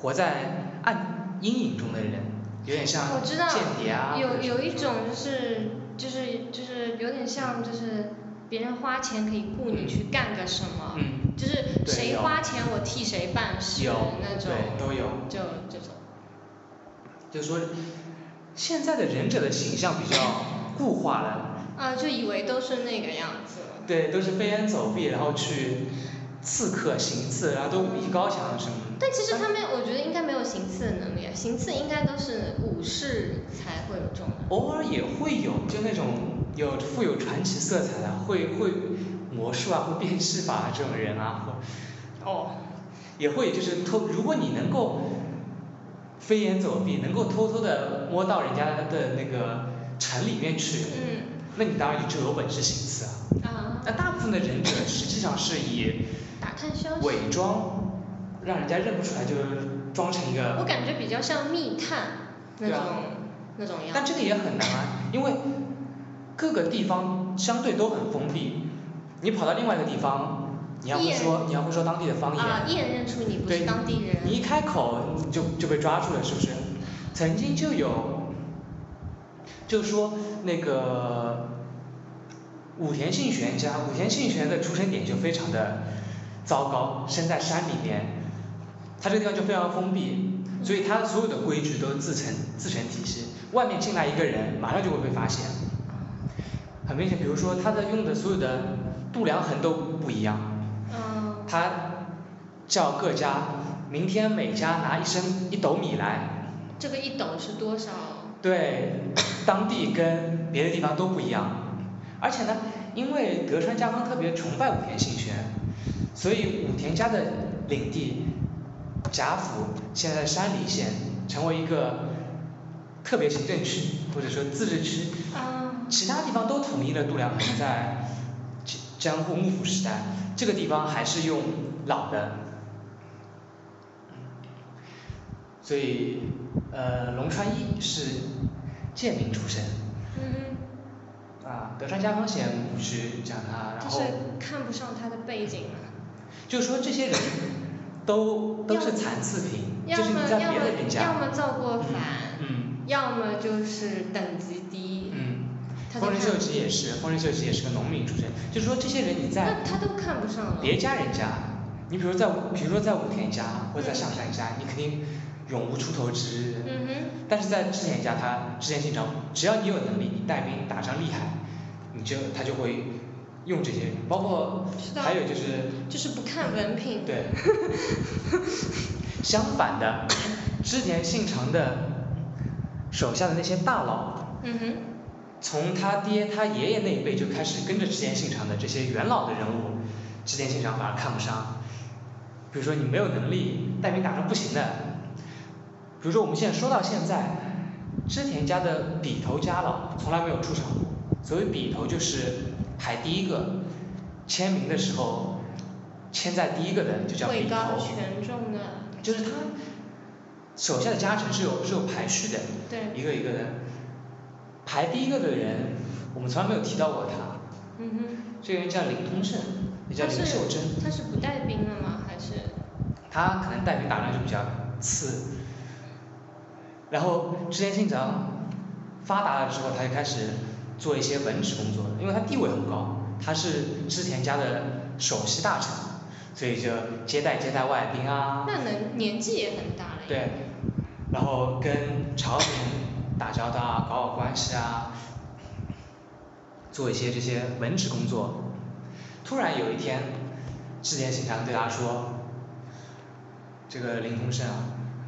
Speaker 2: 活在暗阴影中的人，有点像
Speaker 1: 我知道
Speaker 2: 间谍啊。或
Speaker 1: 有
Speaker 2: 者是
Speaker 1: 有一种就是就是就是有点像就是别人花钱可以雇你去干个什么，
Speaker 2: 嗯，
Speaker 1: 就是
Speaker 2: 对
Speaker 1: 谁
Speaker 2: 有
Speaker 1: 花钱我替谁办事
Speaker 2: 有
Speaker 1: 那种，
Speaker 2: 对都有。
Speaker 1: 就这种。
Speaker 2: 就是说，现在的忍者的形象比较固化了。
Speaker 1: 啊，就以为都是那个样子。
Speaker 2: 对，都是飞檐走壁，然后去刺客、行刺，然后都武艺高强什么的。
Speaker 1: 但其实他们，我觉得应该没有行刺的能力，啊，行刺应该都是武士才会有这种能力。
Speaker 2: 偶尔也会有，就那种有富有传奇色彩的，会会魔术啊，会变戏法啊这种人啊，或
Speaker 1: 哦，
Speaker 2: 也会就是偷，如果你能够飞檐走壁，能够偷偷的摸到人家的那个城里面去，
Speaker 1: 嗯
Speaker 2: 那你当然就有本事行刺啊。
Speaker 1: 啊，
Speaker 2: 那大部分的忍者实际上是以
Speaker 1: 打探消息，
Speaker 2: 伪装，让人家认不出来，就是装成一个
Speaker 1: 我感觉比较像密探那
Speaker 2: 对
Speaker 1: 种、
Speaker 2: 啊
Speaker 1: 那种样
Speaker 2: 但
Speaker 1: 子。
Speaker 2: 这个也很难啊，因为各个地方相对都很封闭，你跑到另外一个地方，你要会说你要会说当地的方言，
Speaker 1: 啊，一眼认出你不
Speaker 2: 对
Speaker 1: 是当地人。
Speaker 2: 你一开口你就就被抓住了，是不是？曾经就有，就说那个武田信玄家，武田信玄的出生点就非常的糟糕，生在山里面，他这个地方就非常封闭，所以他所有的规矩都是自成自成体系，外面进来一个人，马上就会被发现。很明显，比如说他的用的所有的度量衡都不一样，
Speaker 1: 嗯，
Speaker 2: 他叫各家明天每家拿一升一斗米来，
Speaker 1: 这个一斗是多少？
Speaker 2: 对，当地跟别的地方都不一样。而且呢，因为德川家康特别崇拜武田信玄，所以武田家的领地贾府现在的山梨县成为一个特别行政区或者说自治区，
Speaker 1: 啊，
Speaker 2: 其他地方都统一了度量衡，在江江户幕府时代，这个地方还是用老的。所以，呃，龙川一是贱民出身，
Speaker 1: 嗯，
Speaker 2: 啊，德川家康显不去讲他，然
Speaker 1: 就
Speaker 2: 后
Speaker 1: 是看不上他的背景啊。
Speaker 2: 就是说这些人都都是残次品，
Speaker 1: 要
Speaker 2: 就是你
Speaker 1: 么
Speaker 2: 在
Speaker 1: 要
Speaker 2: 别
Speaker 1: 么
Speaker 2: 的人
Speaker 1: 要
Speaker 2: 家，
Speaker 1: 么造过反，
Speaker 2: 嗯
Speaker 1: 要么就是等级低，
Speaker 2: 嗯，
Speaker 1: 他都
Speaker 2: 丰臣秀
Speaker 1: 看。
Speaker 2: 吉也是，丰臣秀吉也是个农民出身，就是说这些人你在
Speaker 1: 那他都看不上了。
Speaker 2: 别家人家，你比如在比如说在武田家或者在上杉家，你肯定永无出头之日。
Speaker 1: 嗯哼，
Speaker 2: 但是在织田家，他织田信长，只要你有能力，你带兵打仗厉害，你就他就会用这些人，包括
Speaker 1: 知道
Speaker 2: 还，有 就是
Speaker 1: 就是不看文凭。
Speaker 2: 对，相反的，织田信长的手下的那些大佬，
Speaker 1: 嗯哼，
Speaker 2: 从他爹他爷爷那一辈就开始跟着织田信长的这些元老的人物，织田信长反而看不上。比如说你没有能力，带兵打仗不行的。比如说我们现在说到现在，织田家的笔头家老从来没有出场过。所谓笔头就是排第一个，签名的时候签在第一个的就叫
Speaker 1: 位
Speaker 2: 笔
Speaker 1: 高
Speaker 2: 头，
Speaker 1: 权重的，
Speaker 2: 就是他手下的家臣是有是有排序的。
Speaker 1: 对，
Speaker 2: 一个一个的。排第一个的人，我们从来没有提到过他。
Speaker 1: 嗯哼，
Speaker 2: 这个人叫林通胜，也叫
Speaker 1: 他是
Speaker 2: 林秀珍，
Speaker 1: 他是不带兵的吗？还是？
Speaker 2: 他可能带兵打仗就比较次。然后织田信长发达了之后，他就开始做一些文职工作，因为他地位很高，他是织田家的首席大臣，所以就接待接待外宾啊，
Speaker 1: 那能年纪也很大了。。
Speaker 2: 对，然后跟朝廷打交道啊，搞搞关系啊，做一些这些文职工作。突然有一天，织田信长对他说：“这个林通胜啊，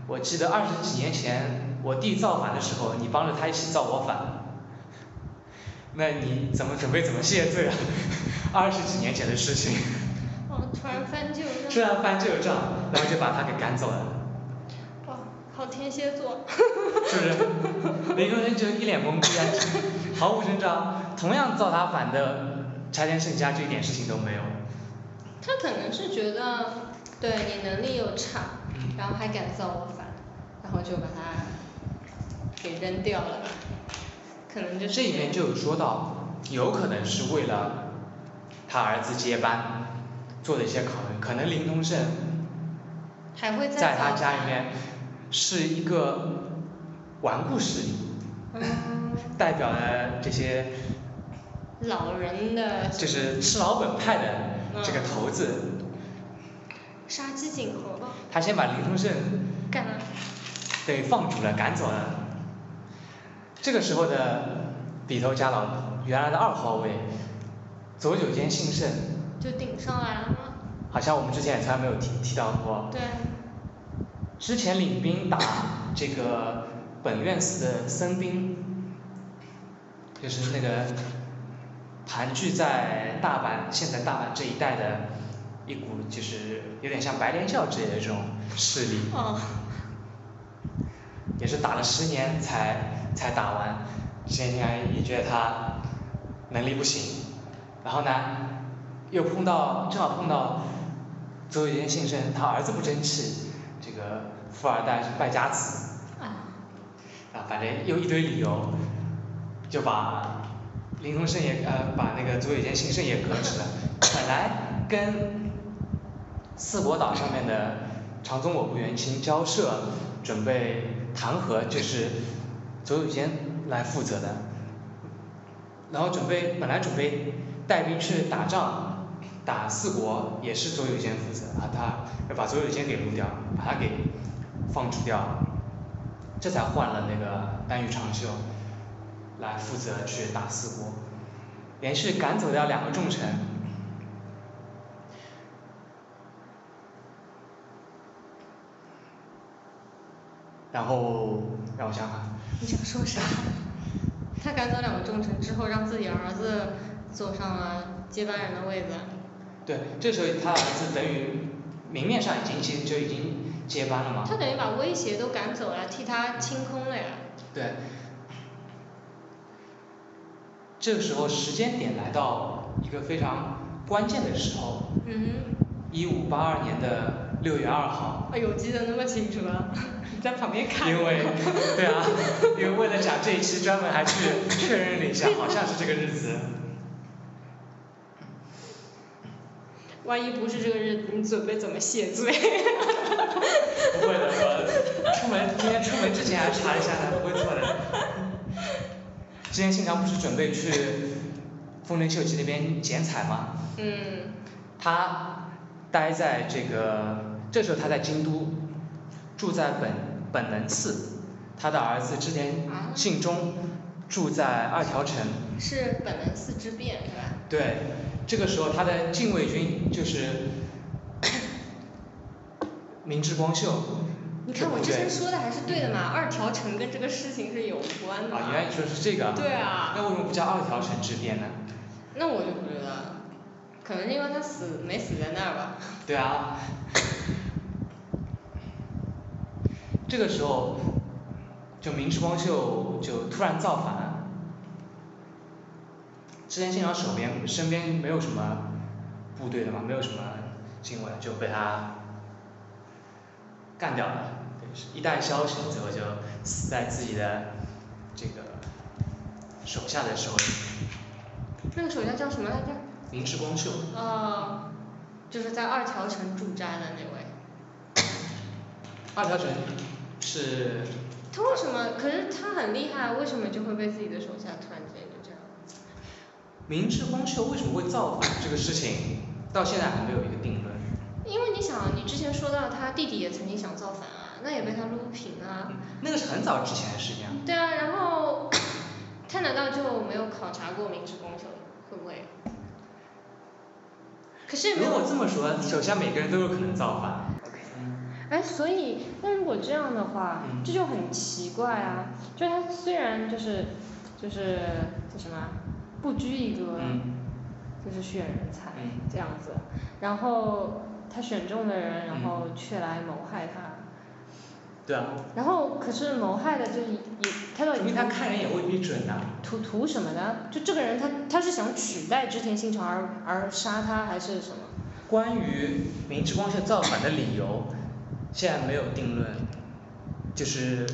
Speaker 2: 我记得二十几年前我弟造反的时候，你帮着他一起造我反，那你怎么准备怎么谢罪啊？ 二十几年前的事情，
Speaker 1: 哦，突然翻旧
Speaker 2: 突
Speaker 1: 账。
Speaker 2: 然翻旧账，然后就把他给赶走了。”
Speaker 1: 哇，好天蝎座。
Speaker 2: 是不是？林更生就一脸懵逼啊，毫无征兆。同样造他反的柴田胜家就一点事情都没有。
Speaker 1: 他可能是觉得，对你能力又差，
Speaker 2: 嗯
Speaker 1: 然后还敢造我反，然后就把他给扔掉了吧。可能就是
Speaker 2: 这里面就有说到，有可能是为了他儿子接班做的一些考虑，可能林通胜
Speaker 1: 还会再
Speaker 2: 在他
Speaker 1: 造
Speaker 2: 家里
Speaker 1: 反
Speaker 2: 面是一个顽固势力，
Speaker 1: 嗯，
Speaker 2: 代表了这些
Speaker 1: 老人的
Speaker 2: 就是吃老本派的这个头子。
Speaker 1: 杀鸡儆猴吧，
Speaker 2: 他先把林通胜
Speaker 1: 干了。
Speaker 2: 被放逐了，赶走了。这个时候的笔头家老，原来的二号位佐久间信胜，
Speaker 1: 就顶上来了吗？
Speaker 2: 好像我们之前也从来没有提提到过。
Speaker 1: 对，
Speaker 2: 之前领兵打这个本院寺的僧兵，就是那个盘踞在大阪，现在大阪这一带的一股就是有点像白莲教之类的这种势力。
Speaker 1: 哦，
Speaker 2: 也是打了十年才才打完，之前也觉得他能力不行，然后呢，又碰到正好碰到佐久间信胜他儿子不争气，这个富二代是败家子，
Speaker 1: 啊，
Speaker 2: 啊，反正又一堆理由，就把林通胜也呃把那个佐久间信胜也革职了，本来跟四国岛上面的长宗我部元亲交涉，准备弹劾，就是佐久间来负责的。然后准备本来准备带兵去打仗，打四国也是左有贤负责，把他要把左有贤给撸掉，把他给放逐掉，这才换了那个丹羽长秀来负责去打四国，连续赶走掉两个重臣。然后让我想啊想，
Speaker 3: 你想说啥？
Speaker 1: 他赶走两个重臣之后，让自己儿子坐上了接班人的位子。
Speaker 2: 对，这时候他儿子等于明面上已经接就已经接班了嘛。
Speaker 1: 他等于把威胁都赶走了，替他清空了呀。
Speaker 2: 对。这个时候时间点来到一个非常关键的时候，
Speaker 1: 嗯
Speaker 2: 一五八二年的六月二号。
Speaker 1: 哼，哎呦，记得那么清楚啊！你在旁边看。
Speaker 2: 因为，对啊，因为为了讲这一期，专门还去确认了一下，好像是这个日子。
Speaker 1: 万一不是这个日子，你准备怎么谢罪？
Speaker 2: 不会的，我出门今天出门之前还查一下呢，不会错的。之前信长不是准备去丰臣秀吉那边剪彩吗？
Speaker 1: 嗯
Speaker 2: 他待在这个，这时候他在京都，住在本本能寺，他的儿子织田
Speaker 1: 啊，
Speaker 2: 信忠住在二条城。
Speaker 1: 是本能寺之变是吧？
Speaker 2: 对，这个时候他的禁卫军就是明智光秀。
Speaker 1: 你看我之
Speaker 2: 对
Speaker 1: 前
Speaker 2: 不
Speaker 1: 说的还是对的嘛，二条城跟这个事情是有关
Speaker 2: 对
Speaker 1: 的。
Speaker 2: 啊，原来你说的是这个啊。
Speaker 1: 对啊，
Speaker 2: 那为什么不叫二条城之变呢？
Speaker 1: 那我就不知道了，可能是因为他死没死在那儿吧。
Speaker 2: 对啊。这个时候，就明智光秀就突然造反。之前信长手边身边没有什么部队的嘛，没有什么新闻，就被他干掉了。对，是一代枭雄最后就死在自己的这个手下的手里。
Speaker 1: 那个手下叫什么来着？
Speaker 2: 明智光秀，
Speaker 1: 呃，就是在二条城驻扎的那位。
Speaker 2: 二条城是
Speaker 1: 他为什么？可是他很厉害，为什么就会被自己的手下突然之间就这样？
Speaker 2: 明智光秀为什么会造反这个事情，到现在还没有一个定论。
Speaker 1: 因为你想，你之前说到他弟弟也曾经想造反啊，那也被他撸平啊。
Speaker 2: 那个是很早之前的事情啊。
Speaker 1: 对啊，然后 他难道就没有考察过明治光秀？会不会？可是没有
Speaker 2: 如果这么说，手下每个人都有可能造反。嗯
Speaker 1: 哎，所以那如果这样的话
Speaker 2: 嗯，
Speaker 1: 这就很奇怪啊！就他虽然就是就是叫什么啊不拘一格，
Speaker 2: 嗯
Speaker 1: 就是选人才
Speaker 2: 嗯
Speaker 1: 这样子，然后他选中的人，然
Speaker 2: 嗯
Speaker 1: 后却来谋害他，
Speaker 2: 对啊，
Speaker 1: 然后可是谋害的就是也他到
Speaker 2: 说
Speaker 1: 底
Speaker 2: 明他看人也未必准呐、
Speaker 1: 图图什么呢？就这个人他他是想取代织田信长而而杀他还是什么？
Speaker 2: 关于明智光秀造反的理由，现在没有定论，就是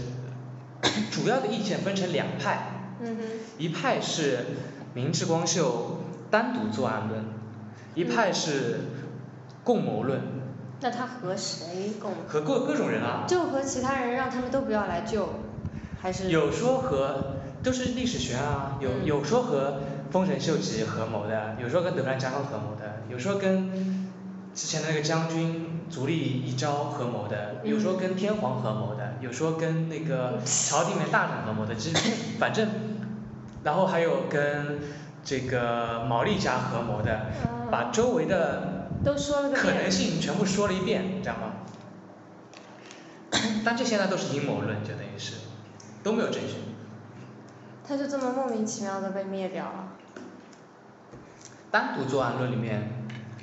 Speaker 2: 主要的意见分成两派，
Speaker 1: 嗯哼，
Speaker 2: 一派是明智光秀单独作案论，一派是共谋论，
Speaker 1: 那他和谁共？
Speaker 2: 和各各种人啊，
Speaker 1: 就和其他人让他们都不要来救，还是？
Speaker 2: 有说和都是历史学啊，有
Speaker 1: 嗯
Speaker 2: 有说和丰臣秀吉合谋的，有说跟德川家康合谋的，有说跟之前的那个将军足利义昭合谋的，
Speaker 1: 嗯
Speaker 2: 有说跟天皇合谋的，有说跟 那个朝廷的大臣合谋的，其实反正，然后还有跟这个毛利家合谋的，把
Speaker 1: 啊、
Speaker 2: 周围的
Speaker 1: 都说了个
Speaker 2: 可能
Speaker 1: 遍。
Speaker 2: 性全部说了一遍，你知道吗？但这些呢都是阴谋论，就等于是都没有证据。
Speaker 1: 他就这么莫名其妙的被灭掉了。
Speaker 2: 单独作案论里面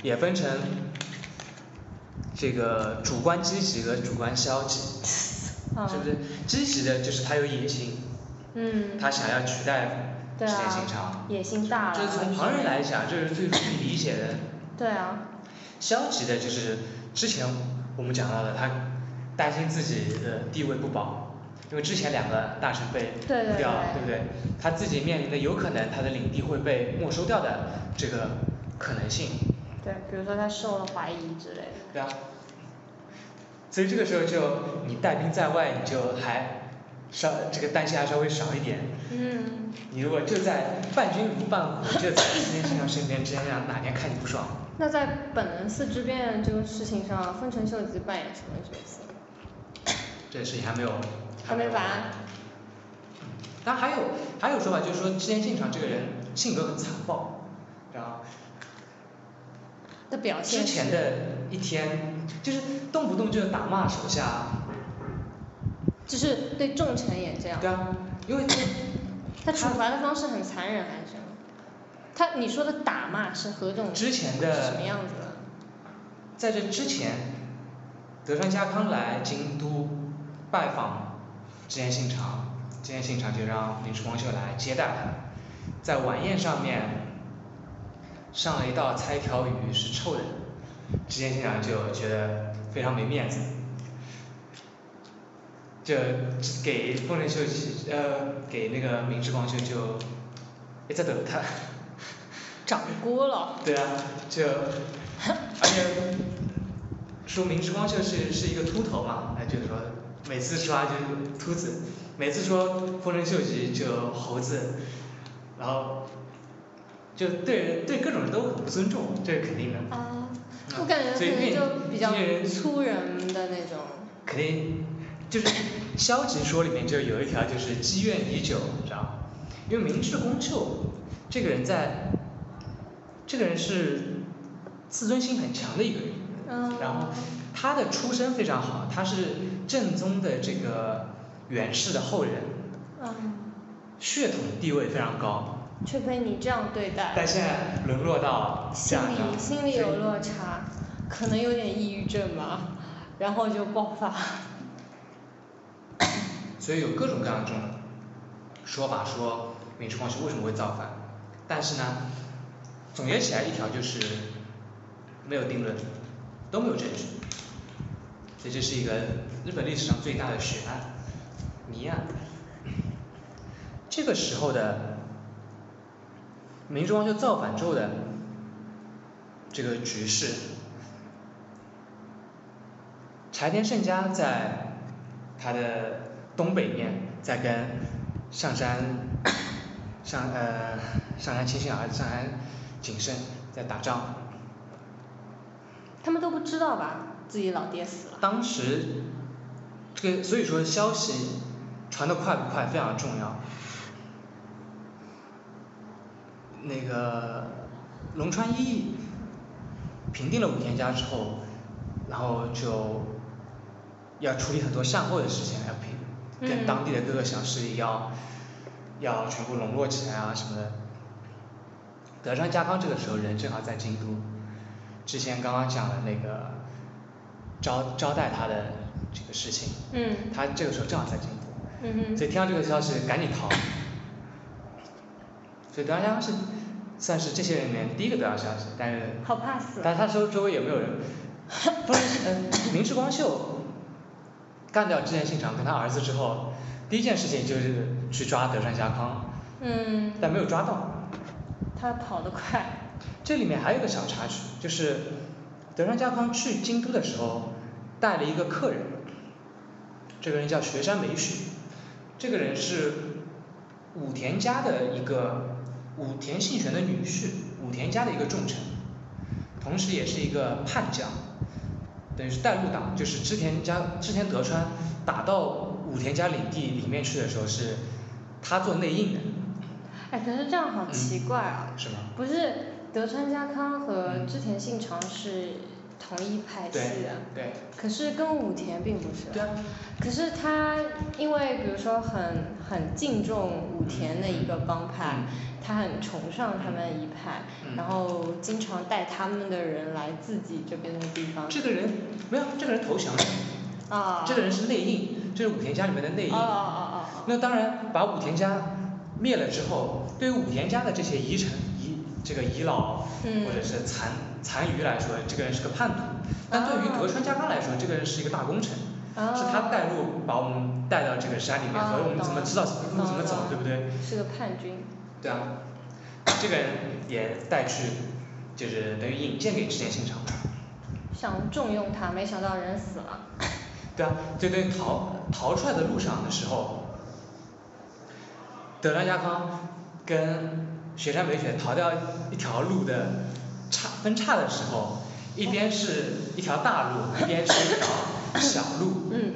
Speaker 2: 也分成这个主观积极和主观消极，
Speaker 1: 啊、
Speaker 2: 是不是？积极的就是他有野心，
Speaker 1: 嗯，
Speaker 2: 他想要取代织
Speaker 1: 对
Speaker 2: 田信
Speaker 1: 啊，
Speaker 2: 长，
Speaker 1: 野心大了。
Speaker 2: 这是从旁人来讲，这是最容易理解的。
Speaker 1: 对啊，
Speaker 2: 消极的就是之前我们讲到的，他担心自己的地位不保，因为之前两个大臣被
Speaker 1: 对对
Speaker 2: 掉了，对啊
Speaker 1: 对。
Speaker 2: 不对？他自己面临的有可能他的领地会被没收掉的这个可能性。
Speaker 1: 对，比如说他受了怀疑之类的。
Speaker 2: 对啊。所以这个时候就你带兵在外，你就还稍这个担心还稍微少一点。
Speaker 1: 嗯，
Speaker 2: 你如果就在伴君如伴虎，就在这件事情上身边，真让哪天看你不爽。
Speaker 1: 那在本能寺之变这个事情上，丰臣秀吉扮演什么角色？
Speaker 2: 这事情还没有，
Speaker 1: 还没完。
Speaker 2: 但还有还有说法，就是说之前现场这个人性格很残暴，然后
Speaker 1: 的表
Speaker 2: 之
Speaker 1: 现是
Speaker 2: 前的一天就是动不动就打骂手下，
Speaker 1: 就是对重臣也这样。
Speaker 2: 对啊，因为
Speaker 1: 他处罚的方式很残忍还是什么？他你说的打骂是何种
Speaker 2: 之前
Speaker 1: 是什么
Speaker 2: 的
Speaker 1: 样子的？
Speaker 2: 在这之前，德川家康来京都拜访织田信长，织田信长就让林出光秀来接待他，在晚宴上面上了一道菜一条鱼是臭的，织田信长就觉得非常没面子，就给丰臣秀吉呃给那个明智光秀就也在等他。
Speaker 1: 掌锅了。
Speaker 2: 对啊，就，而且说明之光秀是是一个秃头嘛，哎，就是说每次说他就是秃子，每次说丰臣秀吉就猴子，然后就对人对各种人都很不尊重，这是肯定的，
Speaker 1: 啊，
Speaker 2: 嗯
Speaker 1: 我感觉可
Speaker 2: 所以
Speaker 1: 能
Speaker 2: 变
Speaker 1: 就比较
Speaker 2: 这些人
Speaker 1: 粗人的那种。
Speaker 2: 肯定就是消极说里面就有一条就是积怨已久，你知道吗？因为明智光秀这个人在，这个人是自尊心很强的一个人。
Speaker 1: 嗯。
Speaker 2: 然后他的出身非常好，他是正宗的这个源氏的后人，
Speaker 1: 嗯，
Speaker 2: 血统地位非常高，
Speaker 1: 却被你这样对待，
Speaker 2: 但现在沦落到这
Speaker 1: 心
Speaker 2: 样
Speaker 1: 里
Speaker 2: 的，
Speaker 1: 心里有落差，可能有点抑郁症吧，然后就爆发。
Speaker 2: 所以有各种各样的这种说法说明治光绪为什么会造反，但是呢，总结起来一条就是没有定论，都没有证据，所以这是一个日本历史上最大的悬案、谜案。这个时候的明治光绪造反之后的这个局势，柴田胜家在他的东北面在跟上山 上呃上山亲信儿子上山景胜在打仗，
Speaker 1: 他们都不知道吧，自己老爹死了。
Speaker 2: 当时这个所以说消息传的快不快非常重要。那个龙川一役平定了武田家之后，然后就要处理很多善后的事情，要平跟
Speaker 1: 嗯
Speaker 2: 当地的各个小势力要、要全部笼络起来啊什么的。德川家康这个时候人正好在京都，之前刚刚讲的那个招招待他的这个事情，
Speaker 1: 嗯
Speaker 2: 他这个时候正好在京都，
Speaker 1: 嗯
Speaker 2: 所
Speaker 1: 哼，
Speaker 2: 以听到这个消息赶紧逃。所以德川家康是算是这些人里面第一个得到消息，但是
Speaker 1: 好怕死。
Speaker 2: 但是他周周围也没有人。不是，呃，明智光秀干掉织田信长跟他儿子之后，第一件事情就是去抓德川家康，
Speaker 1: 嗯，
Speaker 2: 但没有抓到。
Speaker 1: 他跑得快。
Speaker 2: 这里面还有一个小插曲，就是德川家康去京都的时候带了一个客人，这个人叫学山美雪，这个人是武田家的一个武田信玄的女婿，武田家的一个重臣，同时也是一个叛将，等于是带入党，就是织田家织田德川打到武田家领地里面去的时候是他做内应的，
Speaker 1: 哎，可是这样好奇怪啊！
Speaker 2: 是吗？
Speaker 1: 不是德川家康和织田信长是同一派系
Speaker 2: 对
Speaker 1: 的，
Speaker 2: 对
Speaker 1: 可是跟武田并不是。
Speaker 2: 对啊。
Speaker 1: 可是他因为比如说很很敬重武田的一个帮派，他很崇尚他们一派，
Speaker 2: 嗯
Speaker 1: 然后经常带他们的人来自己这边的地方。
Speaker 2: 这个人没有，这个人投降了。
Speaker 1: 啊。
Speaker 2: 这个人是内应，这是武田家里面的内应。
Speaker 1: 哦哦哦哦哦。
Speaker 2: 那当然，把武田家灭了之后，对于武田家的这些遗臣、遗这个遗老
Speaker 1: 嗯啊
Speaker 2: 或者是残残余来说，这个人是个叛徒；但对于德川家康来说，这个人是一个大功臣，
Speaker 1: 哦
Speaker 2: 是他带路把我们带到这个山里面，
Speaker 1: 哦
Speaker 2: 和我们怎么知道路怎么走，对不对？
Speaker 1: 是个叛军。
Speaker 2: 对啊，这个人也带去，就是等于引荐给织田信长。
Speaker 1: 想重用他，没想到人死了。
Speaker 2: 对啊，就对逃逃出来的路上的时候，德让家康跟雪山美雪逃掉一条路的岔分岔的时候，一边是一条大路，一边是一条小路。
Speaker 1: 嗯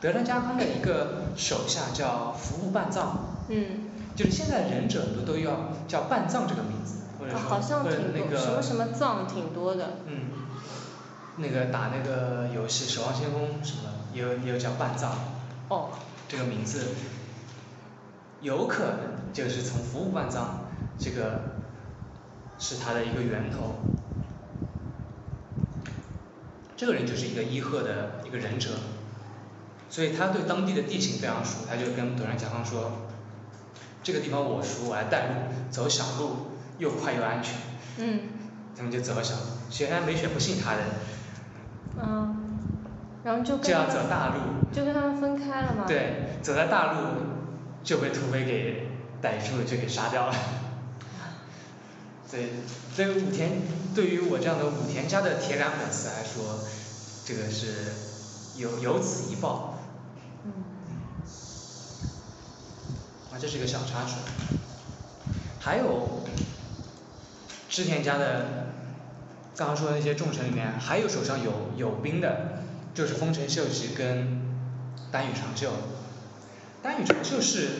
Speaker 2: 德川家康的一个手下叫服部半藏，
Speaker 1: 嗯，
Speaker 2: 就是现在忍者都都要叫半藏这个名字，或者
Speaker 1: 啊
Speaker 2: 说、
Speaker 1: 好像
Speaker 2: 或者
Speaker 1: 挺
Speaker 2: 那
Speaker 1: 多，
Speaker 2: 个
Speaker 1: 什么什么藏挺多的。
Speaker 2: 嗯，那个打那个游戏《守望先锋》什么，也有也有叫半藏
Speaker 1: 哦，
Speaker 2: 这个名字，有可能就是从服务半藏这个是他的一个源头。这个人就是一个伊贺的一个忍者，所以他对当地的地形非常熟，他就跟德川家康说，这个地方我熟，我来带路，走小路又快又安全。
Speaker 1: 嗯
Speaker 2: 他们就走了小路，雪山美雪不信他的，
Speaker 1: 嗯，然后就跟
Speaker 2: 就
Speaker 1: 他
Speaker 2: 要走
Speaker 1: 们
Speaker 2: 大路，
Speaker 1: 就跟他们分开了嘛。。
Speaker 2: 对，走在大路就被土匪给逮住，就给杀掉了。对，对于武田，对于我这样的武田家的铁杆粉丝来说，这个是有有此一报
Speaker 1: 嗯
Speaker 2: 啊，这是一个小插曲。还有织田家的，刚刚说的那些重臣里面，还有手上有有兵的，就是丰臣秀吉跟丹羽长秀。丹羽长秀是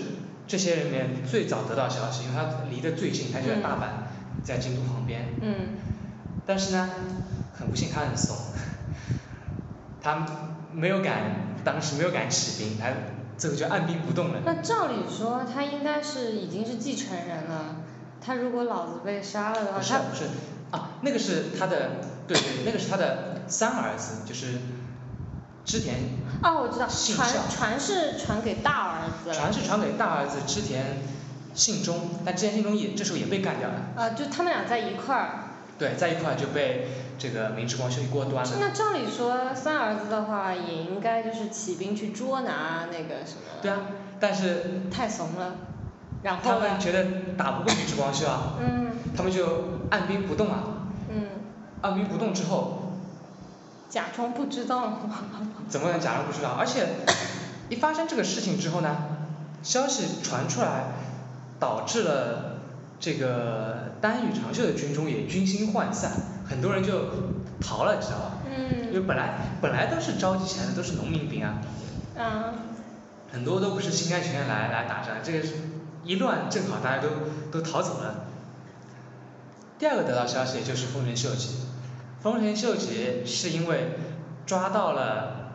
Speaker 2: 这些人里面最早得到消息，因为他离得最近，他就在大阪，在京都旁边。
Speaker 1: 嗯
Speaker 2: 但是呢，很不幸他很怂，他没有敢，当时没有敢起兵，他最后就按兵不动了。
Speaker 1: 那照理说他应该是已经是继承人了，他如果老子被杀了的话，
Speaker 2: 不是
Speaker 1: 他
Speaker 2: 不是啊，那个是他的，对对，那个是他的三儿子，就是织田，
Speaker 1: 哦我知道
Speaker 2: 信
Speaker 1: 传
Speaker 2: 孝
Speaker 1: 传是传给大儿子了，
Speaker 2: 传是传给大儿子织田信忠，但织田信忠也这时候也被干掉了，
Speaker 1: 啊就他们俩在一块儿。
Speaker 2: 对，在一块儿就被这个明治光秀一锅端了。
Speaker 1: 那照理说三儿子的话也应该就是起兵去捉拿那个什么。
Speaker 2: 对啊，但是
Speaker 1: 太怂了。然
Speaker 2: 他啊
Speaker 1: 后呢
Speaker 2: 们？觉得打不过明治光秀啊，
Speaker 1: 嗯
Speaker 2: 他们就按兵不动啊，
Speaker 1: 嗯，
Speaker 2: 按兵不动之后，
Speaker 1: 假装不知道。
Speaker 2: 怎么能假装不知道？而且一发生这个事情之后呢，消息传出来，导致了这个丹羽长秀的军中也军心涣散，很多人就逃了，你知道吧？因为
Speaker 1: 嗯
Speaker 2: 本来本来都是召集起来的都是农民兵啊，
Speaker 1: 啊
Speaker 2: 很多都不是心甘情愿来来打仗，这个是一乱正好大家都都逃走了。第二个得到消息就是丰臣秀吉，丰臣秀吉是因为抓到了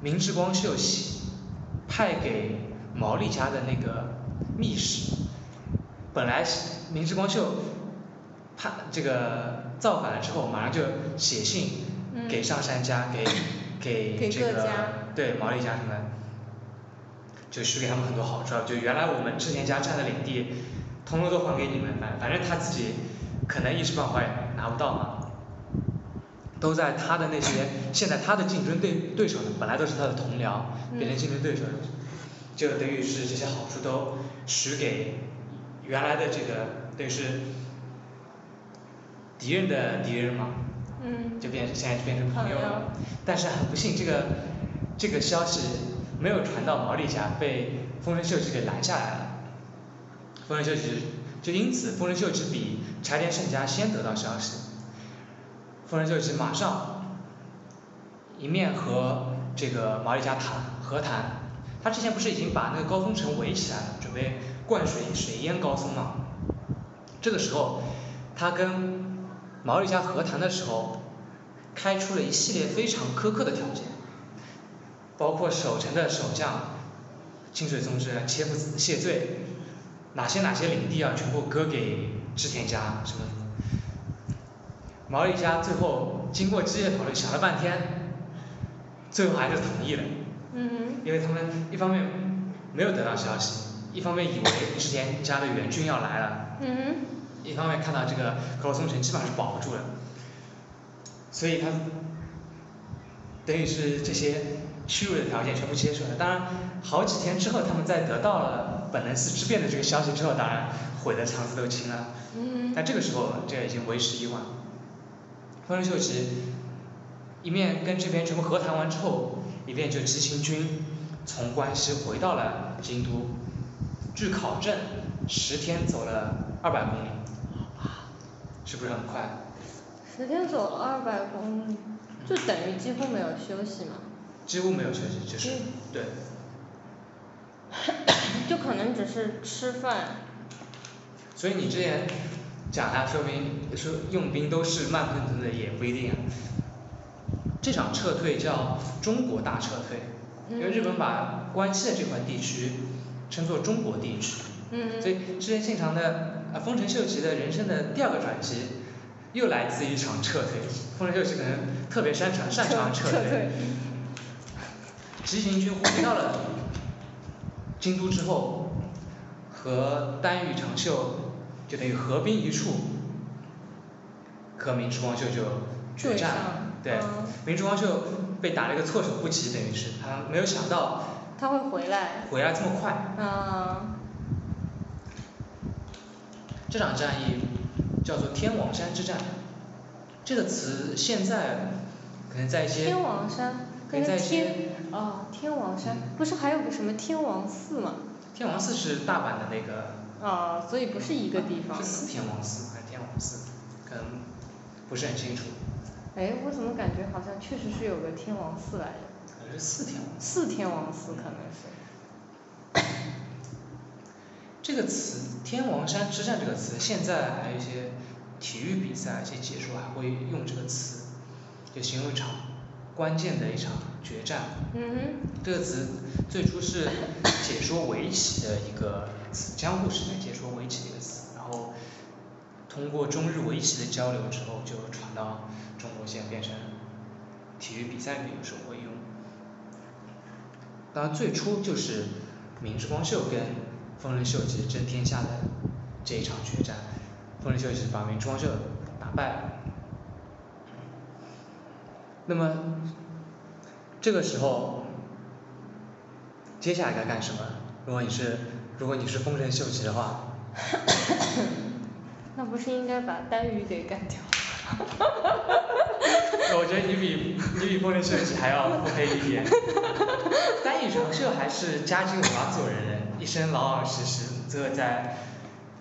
Speaker 2: 明治光秀喜派给毛利家的那个密使，本来是明治光秀怕这个造反了之后，马上就写信
Speaker 1: 嗯。
Speaker 2: 给上杉家， 给
Speaker 1: 给
Speaker 2: 给这
Speaker 1: 各
Speaker 2: 个
Speaker 1: 家
Speaker 2: 对毛利家什么的，就是给他们很多好处啊。就原来我们织田家占的领地，通通都还给你们，反反正他自己可能一时半会儿拿不到嘛。都在他的那些现在他的竞争对对手呢，本来都是他的同僚，
Speaker 1: 嗯
Speaker 2: 变成竞争对手，就等于是这些好处都许给原来的这个等于是敌人的敌人嘛。
Speaker 1: 嗯
Speaker 2: 就变现在就变成朋友
Speaker 1: 朋
Speaker 2: 了
Speaker 1: 友。
Speaker 2: 但是很不幸，这个这个消息没有传到毛利家，被丰臣秀吉给拦下来了。丰臣秀吉就因此，丰臣秀吉比柴田胜家先得到消息。丰臣秀吉马上一面和这个毛利家谈和谈，他之前不是已经把那个高松城围起来了，准备灌水水淹高松嘛。这个时候，他跟毛利家和谈的时候，开出了一系列非常苛刻的条件，包括守城的守将清水宗之、切腹谢罪，哪些哪些领地啊，全部割给织田家什么什么。毛利家最后经过激烈讨论，想了半天，最后还是同意了，
Speaker 1: 嗯
Speaker 2: 因为他们一方面没有得到消息，一方面以为织田家的援军要来了。
Speaker 1: 嗯
Speaker 2: 一方面看到这个高松城基本上是保不住了，所以他等于是这些虚伪的条件全部接受了。当然，好几天之后，他们在得到了本能寺之变的这个消息之后，当然悔得肠子都青了。
Speaker 1: 嗯
Speaker 2: 但这个时候，啊这已经为时已晚。丰臣秀吉一面跟这边全部和谈完之后，一面就急行军从关西回到了京都，据考证，十天走了二百公里，是不是很快？
Speaker 1: 十天走了二百公里，就等于几乎没有休息嘛，
Speaker 2: 几乎没有休息，就是对，
Speaker 1: 就可能只是吃饭。
Speaker 2: 所以你之前讲他说明说用兵都是慢吞吞的也不一定啊。这场撤退叫中国大撤退，
Speaker 1: 嗯
Speaker 2: 因为日本把关西的这块地区称作中国地区，
Speaker 1: 嗯
Speaker 2: 所以织田信长的啊丰臣秀吉的人生的第二个转机，又来自于一场撤退。丰臣秀吉可能特别擅长擅长撤退，执行军回到了京都之后，和丹羽长秀就等于合兵一处，和明智光秀就决
Speaker 1: 对
Speaker 2: 战
Speaker 1: 上
Speaker 2: 了。对
Speaker 1: 嗯，
Speaker 2: 明智光秀被打了一个措手不及，等于是他没有想到
Speaker 1: 他会回来。
Speaker 2: 回来这么快。
Speaker 1: 啊，
Speaker 2: 这场战役叫做天王山之战，这个词现在可能在一些
Speaker 1: 天王山
Speaker 2: 可
Speaker 1: 跟
Speaker 2: 能在
Speaker 1: 着
Speaker 2: 一些
Speaker 1: 天哦，天王山
Speaker 2: 嗯
Speaker 1: 不是还有个什么天王寺吗？
Speaker 2: 天王寺是大阪的那个
Speaker 1: 啊，所以不是一个地方
Speaker 2: 是。四天王寺还是天王寺，可能不是很清楚，
Speaker 1: 哎，我怎么感觉好像确实是有个天王寺来着？
Speaker 2: 可能是四天王寺。
Speaker 1: 四天王寺可能是。
Speaker 2: 这个词“天王山之战”这个词，现在还有一些体育比赛、一些解说还会用这个词，就形容一场关键的一场决战。
Speaker 1: 嗯
Speaker 2: 这个词最初是解说围棋的一个词，江户时代解说围棋的一个词，然后通过中日围棋的交流之后，就传到中国，现在变成体育比赛里有时候会用。当然，最初就是明智光秀跟丰臣秀吉争天下的这一场决战，丰臣秀吉把明智光秀打败了。那么这个时候，接下来该干什么？如果你是如果你是丰臣秀吉的话，
Speaker 1: 哼，那不是应该把丹羽给干掉？
Speaker 2: 呃我觉得你比你比丰臣秀吉还要不配一点。丹羽长秀还是家境文化做人，一生老老实实，最后在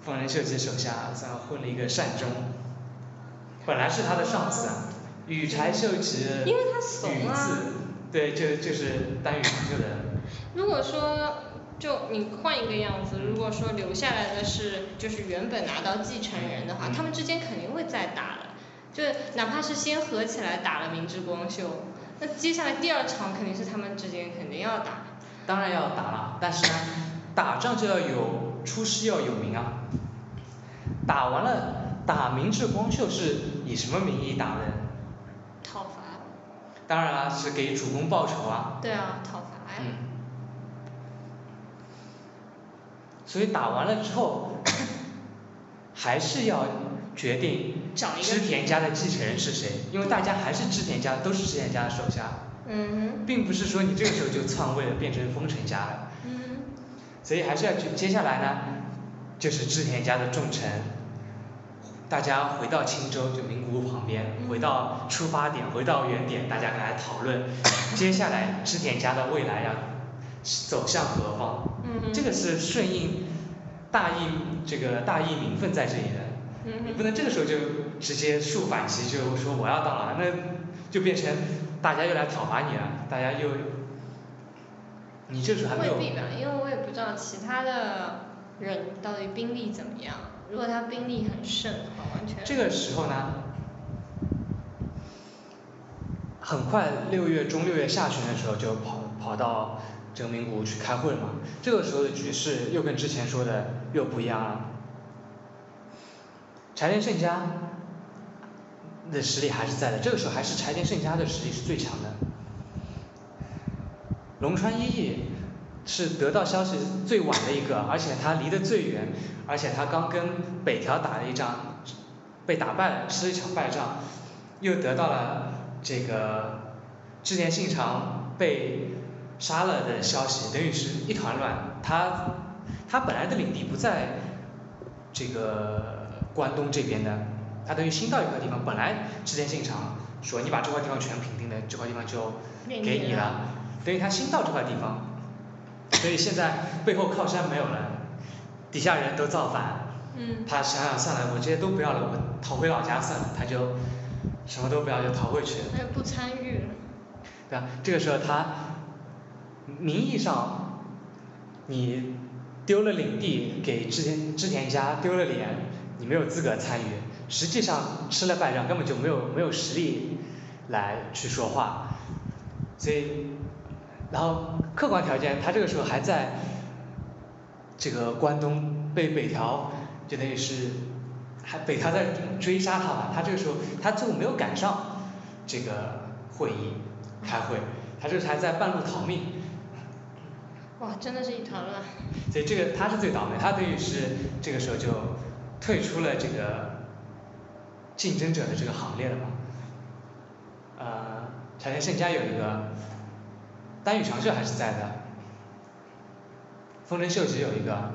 Speaker 2: 丰臣秀吉手下算混了一个善终。本来是他的上司啊，羽柴秀吉的
Speaker 1: 因为他怂
Speaker 2: 羽
Speaker 1: 啊
Speaker 2: 呃字，对，就就是丹羽长秀的
Speaker 1: 如果说就你换一个样子，如果说留下来的是就是原本拿到继承人的话，
Speaker 2: 嗯
Speaker 1: 他们之间肯定会再打的，就哪怕是先合起来打了明智光秀，那接下来第二场肯定是他们之间肯定要打。
Speaker 2: 当然要打了，但是呢，打仗就要有出师要有名啊。打完了，打明治光秀是以什么名义打的？
Speaker 1: 讨伐，
Speaker 2: 当然啦，啊是给主公报仇啊。
Speaker 1: 对啊，讨伐呀，
Speaker 2: 嗯。所以打完了之后， 还是要决定
Speaker 1: 找一个
Speaker 2: 织田家的继承人是谁，因为大家还是织田家，都是织田家的手下，
Speaker 1: 嗯
Speaker 2: 并不是说你这个时候就篡位了，变成丰臣家了。
Speaker 1: 哼嗯
Speaker 2: 所以还是要去。接下来呢，就是织田家的重臣，大家回到青州，就名古屋旁边，
Speaker 1: 嗯
Speaker 2: 回到出发点，回到原点，大家来讨 论，接下来织田家的未来要走向何方？
Speaker 1: 嗯哼，
Speaker 2: 这个是顺应大义，这个大义名分在这里的，
Speaker 1: 嗯
Speaker 2: 你
Speaker 1: 哼
Speaker 2: 不能这个时候就直接竖反旗，就说我要当了，那就变成大家又来讨伐你了，大家又，你这时候还没有
Speaker 1: 未必吧，因为我也不知道其他的人到底兵力怎么样。如果他兵力很盛的话，完全
Speaker 2: 这个时候呢，很快六月中六月下旬的时候就跑跑到这个名古屋去开会了嘛。这个时候的局势又跟之前说的又不一样了。柴田胜家的实力还是在的，这个时候还是柴田胜家的实力是最强的。龙川一役是得到消息最晚的一个，而且他离得最远，而且他刚跟北条打了一仗，被打败了，吃了一场败仗，又得到了这个织田信长被杀了的消息，等于是一团乱。他他本来的领地不在这个关东这边的，他等于新到一块地方，本来织田信长说你把这块地方全平定了，这块地方就
Speaker 1: 给
Speaker 2: 给
Speaker 1: 你
Speaker 2: 你
Speaker 1: 了
Speaker 2: 了，等于他新到这块地方，所以现在背后靠山没有了，底下人都造反。
Speaker 1: 嗯
Speaker 2: 他想想算了，我这些都不要了，我逃回老家算了，他就什么都不要就逃回去了。
Speaker 3: 那就不参与了。
Speaker 2: 对吧？这个时候他名义上你丢了领地给织田织田家丢了脸，你没有资格参与。实际上吃了败仗，根本就没有没有实力来去说话。所以，然后客观条件，他这个时候还在这个关东被北条就等于是还北条在追杀他嘛，他这个时候他最后没有赶上这个会议开会，他这是还在半路逃命，
Speaker 3: 哇，真的是一团乱。
Speaker 2: 所以这个他是最倒霉，他等于是这个时候就退出了这个竞争者的这个行列了嘛。呃，柴田胜家有一个丹羽长秀还是在的，丰臣秀吉有一个，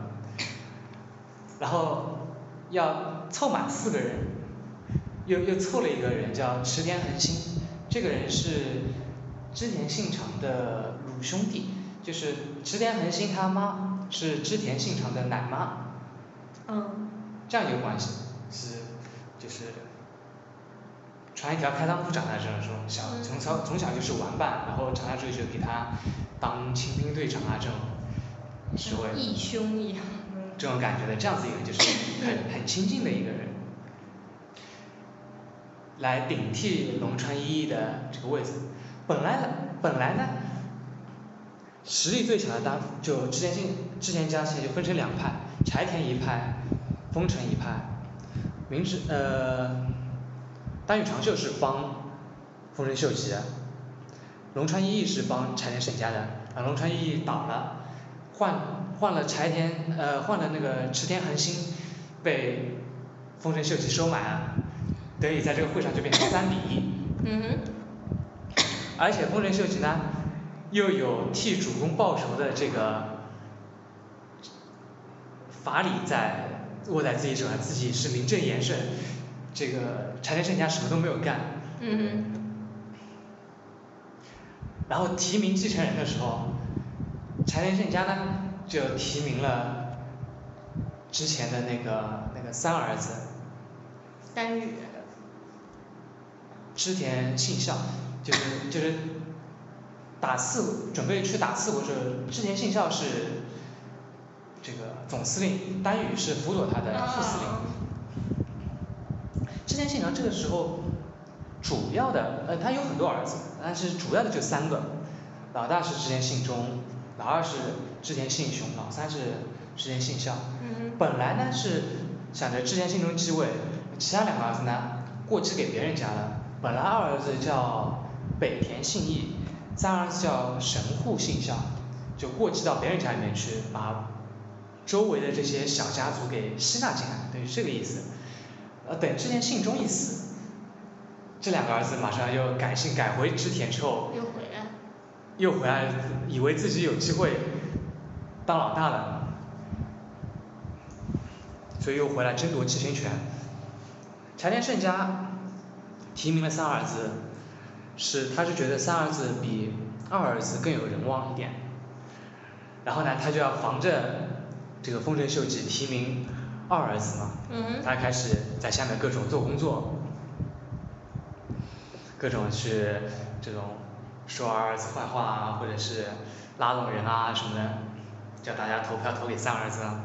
Speaker 2: 然后要凑满四个人，又又凑了一个人叫池田恒星，这个人是织田信长的乳兄弟，就是池田恒星他妈是织田信长的奶妈，
Speaker 3: 嗯，
Speaker 2: 这样一个关系是就是传一条开裆裤长大这种这种小
Speaker 3: 嗯
Speaker 2: 从小从小就是玩伴，然后长大之后就给他当亲兵队长啊这种职位。
Speaker 3: 像义兄一样啊的。
Speaker 2: 这种感觉的，这样子一个人就是很很亲近的一个人，来顶替龙川一一的这个位置。本来呢，本来呢，实力最强的当就之前信之前家现在就分成两派，柴田一派，丰臣一派。明治呃，丹羽长秀是帮丰臣秀吉的，龙川一义是帮柴田胜家的，然后龙川一义倒了，换换了柴田呃换了那个池田恒星被丰臣秀吉收买了，德以在这个会上就变成三比一，
Speaker 3: 嗯哼。
Speaker 2: 而且丰臣秀吉呢又有替主公报仇的这个法理在握在自己手上，自己是名正言顺，这个柴田胜家什么都没有干，
Speaker 3: 嗯
Speaker 2: 然后提名继承人的时候，柴田胜家呢就提名了之前的那个那个三儿子
Speaker 3: 哼。单语。
Speaker 2: 织田信孝，就是就是打四准备去打四国的时候，织田信孝是这个总司令，丹羽是辅佐他的副司令。
Speaker 3: 啊。
Speaker 2: 织田信长这个时候主要的，呃，他有很多儿子，但是主要的就三个，老大是织田信忠，老二是织田信雄，老三是织田信孝。
Speaker 3: 嗯哼。
Speaker 2: 本来呢是想着织田信忠继位，其他两个儿子呢过继给别人家了。本来二儿子叫北田信义，三儿子叫神户信孝，就过继到别人家里面去，把周围的这些小家族给吸纳进来，等于这个意思。呃，等织田信忠一死，这两个儿子马上又改姓改回织田之后，
Speaker 3: 又回来。
Speaker 2: 又回来，以为自己有机会当老大了，所以又回来争夺继承权。柴田胜家提名了三儿子，是他是觉得三儿子比二儿子更有人望一点，然后呢，他就要防着这个丰臣秀吉提名二儿子嘛，
Speaker 3: 嗯哼。
Speaker 2: 他开始在下面各种做工作，各种去这种说儿子坏话啊，或者是拉拢人啊什么的，叫大家投票投给三儿子啊。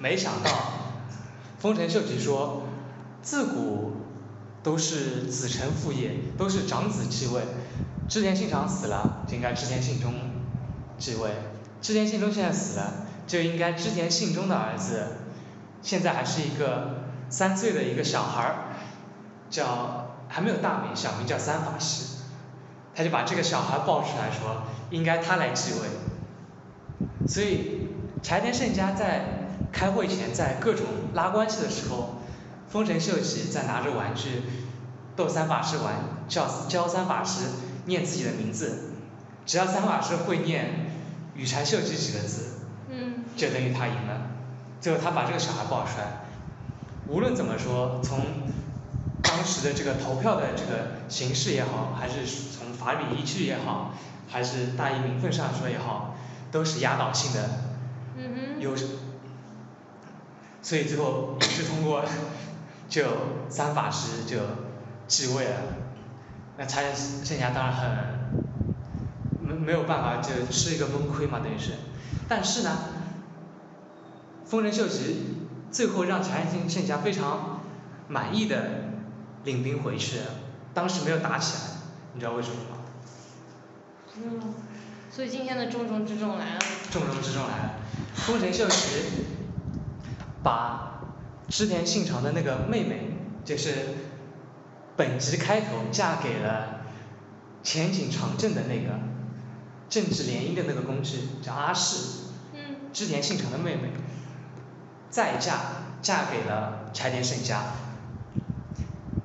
Speaker 2: 没想到，丰臣秀吉说，自古都是子承父业，都是长子继位。织田信长死了，就应该织田信忠继位。织田信忠现在死了，就应该织田信忠的儿子，现在还是一个三岁的一个小孩儿，叫还没有大名，小名叫三法师。他就把这个小孩抱出来说，应该他来继位。所以柴田胜家在开会前，在各种拉关系的时候，丰臣秀吉在拿着玩具逗三法师玩，教教三法师念自己的名字，只要三法师会念羽柴秀吉几个字，
Speaker 3: 嗯。
Speaker 2: 就等于他赢了。最后他把这个小孩抱出来，无论怎么说，从当时的这个投票的这个形式也好，还是从法理依据也好，还是大义名分上说也好，都是压倒性的
Speaker 3: 嗯哼，
Speaker 2: 优势，所以最后是通过就三法师就继位了，那财神剩下当然很没没有办法，就吃一个闷亏嘛，等于是，但是呢，丰臣秀吉最后让柴静剩下非常满意的领兵回去了，当时没有打起来，你知道为什么吗？
Speaker 3: 嗯，所以今天的重中之重来了，
Speaker 2: 重中之重来了，丰臣秀吉把织田信长的那个妹妹，就是本集开头嫁给了前井长政的那个政治联姻的那个公知叫阿市，
Speaker 3: 嗯
Speaker 2: 织田信长的妹妹，再嫁嫁给了柴田胜家。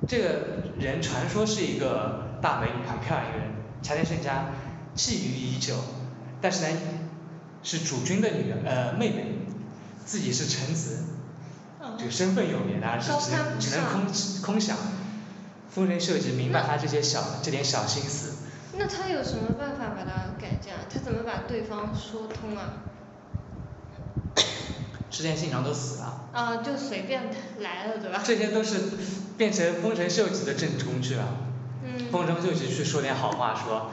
Speaker 2: 这个人传说是一个大美女，很漂亮一个人。柴田胜家觊觎已久，但是呢，是主君的女儿呃妹妹，自己是臣子，
Speaker 3: 嗯
Speaker 2: 这个身份有别，当然是
Speaker 3: 高
Speaker 2: 只
Speaker 3: 攀
Speaker 2: 能
Speaker 3: 不
Speaker 2: 只能
Speaker 3: 上
Speaker 2: 空空想。丰臣秀吉明白他这些小这点小心思，
Speaker 3: 那他有什么办法把它改嫁？他怎么把对方说通啊？
Speaker 2: 织田信长都死了。
Speaker 3: 啊，就随便来了，对吧？
Speaker 2: 这些都是变成丰臣秀吉的政治工具了。
Speaker 3: 嗯
Speaker 2: 丰臣秀吉去说点好话，说，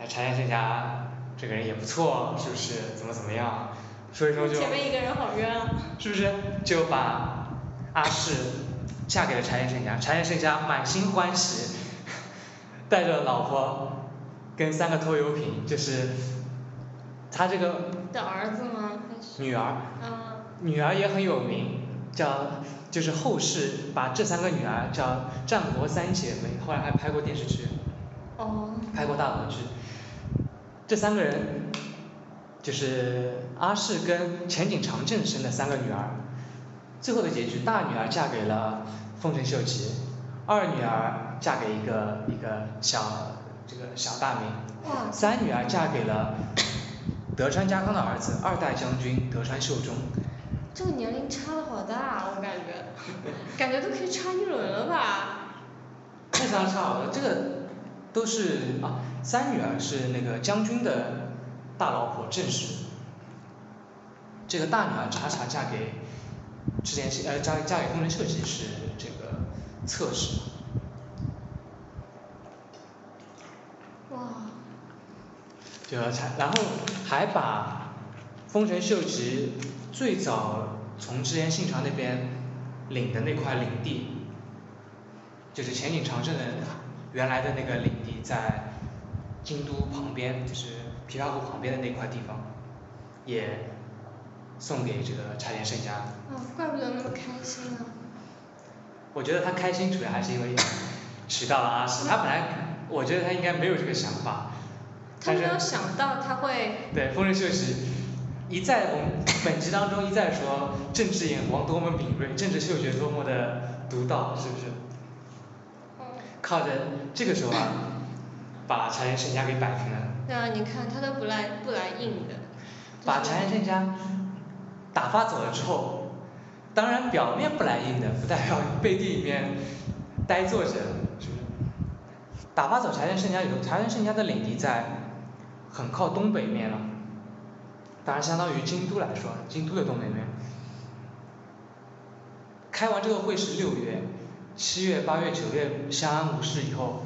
Speaker 2: 哎，柴田胜家这个人也不错，是不是？怎么怎么样？所以说就
Speaker 3: 前面一个人好冤啊。
Speaker 2: 是不是就把阿市嫁给了柴田胜家？柴田胜家满心欢喜，带着老婆跟三个拖油瓶，就是他这个
Speaker 3: 的儿子吗？还是？
Speaker 2: 女儿
Speaker 3: 啊，
Speaker 2: 女儿也很有名，叫就是后世把这三个女儿叫战国三姐妹，后来还拍过电视剧，
Speaker 3: 哦，
Speaker 2: 拍过大合剧。这三个人就是阿市跟前井长政生的三个女儿，最后的结局，大女儿嫁给了丰臣秀吉，二女儿嫁给一个一个小这个小大名，
Speaker 3: 哇，
Speaker 2: 三女儿嫁给了德川家康的儿子二代将军德川秀忠。
Speaker 3: 这个年龄差的好大啊，我感觉，感觉都可以差一轮了吧？
Speaker 2: 太相差了，这个都是啊，三女儿是那个将军的大老婆郑氏，这个大女儿茶茶嫁给之前呃嫁嫁给丰臣秀吉是这个侧室，
Speaker 3: 哇，啊
Speaker 2: 这个才然后还把丰臣秀吉最早从织田信长那边领的那块领地，就是前井长政的原来的那个领地，在京都旁边，就是琵琶湖旁边的那块地方，也送给这个柴田胜家。
Speaker 3: 啊，怪不得那么开心啊！
Speaker 2: 我觉得他开心主要还是因为娶到了阿史，他本来我觉得他应该没有这个想法，
Speaker 3: 他
Speaker 2: 但
Speaker 3: 没
Speaker 2: 是
Speaker 3: 有想到他会，
Speaker 2: 对，丰臣秀吉一再我们本集当中一再说政治眼光多么敏锐，政治嗅觉多么的独到，是不是？
Speaker 3: 哦
Speaker 2: 靠着这个时候啊，把柴田胜家给摆平了，
Speaker 3: 对啊，你看他都不来不来硬的，
Speaker 2: 把柴田胜家打发走了之后，当然表面不来硬的，不代表背地里面呆坐着，是不是？打发走柴田胜家以后，柴田胜家的领地在很靠东北面了，当然相当于京都来说，京都的东北面。开完这个会是六月，七月、八月、九月相安无事以后，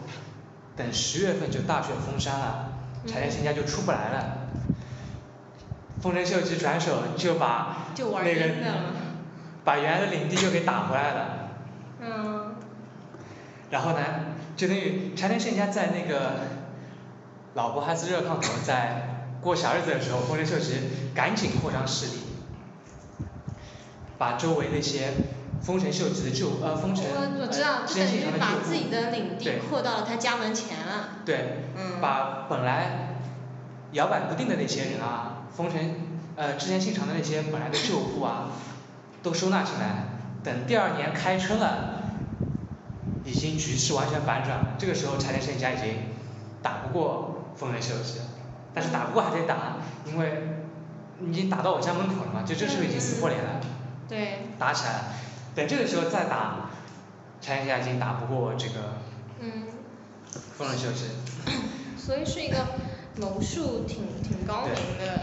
Speaker 2: 等十月份就大雪封山了，柴田胜家就出不来了。丰臣秀吉转手就把
Speaker 3: 就玩
Speaker 2: 那
Speaker 3: 硬
Speaker 2: 个
Speaker 3: 的了。
Speaker 2: 把原来的领地又给打回来了。
Speaker 3: 嗯，
Speaker 2: 然后呢，就等于柴田胜家在那个老婆孩子热炕头在过小日子的时候，丰臣秀吉赶紧扩张势力，把周围那些丰臣秀吉的旧呃丰臣
Speaker 3: 我我知道，
Speaker 2: 呃
Speaker 3: 就
Speaker 2: 织田
Speaker 3: 等于
Speaker 2: 信长的
Speaker 3: 把
Speaker 2: 旧
Speaker 3: 自己的领地
Speaker 2: 对
Speaker 3: 扩到了他家门前了。
Speaker 2: 对，
Speaker 3: 嗯，
Speaker 2: 把本来摇摆不定的那些人啊，丰臣呃织田信长的那些本来的旧户啊，都收纳进来。等第二年开春了，已经局势完全反转了。这个时候柴田胜家已经打不过丰臣秀吉了，但是打不过还得打，因为你已经打到我家门口了嘛，就这时候已经撕破脸了，
Speaker 3: 对，
Speaker 2: 打起来了。等这个时候再打，柴田胜家已经打不过这个
Speaker 3: 嗯，
Speaker 2: 丰臣秀吉。
Speaker 3: 所以是一个
Speaker 1: 龙数挺挺高明的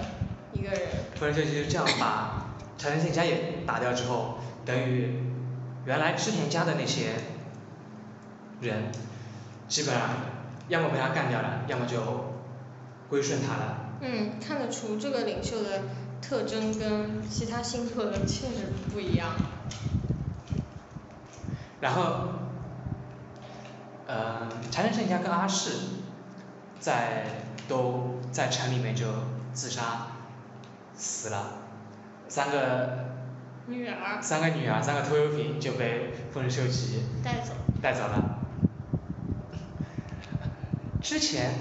Speaker 1: 一个人。
Speaker 2: 突然秀就是这样把柴田胜家也打掉之后，等于原来织田家的那些人，基本上要么被他干掉了，要么就归顺他了。
Speaker 1: 嗯，看得出这个领袖的特征跟其他星座的确实不一样。
Speaker 2: 然后，呃，柴田胜家跟阿市在都在城里面就自杀死了，三个
Speaker 1: 女儿
Speaker 2: 三个女儿三个拖油瓶就被丰臣秀吉
Speaker 1: 带走。
Speaker 2: 带走了。之前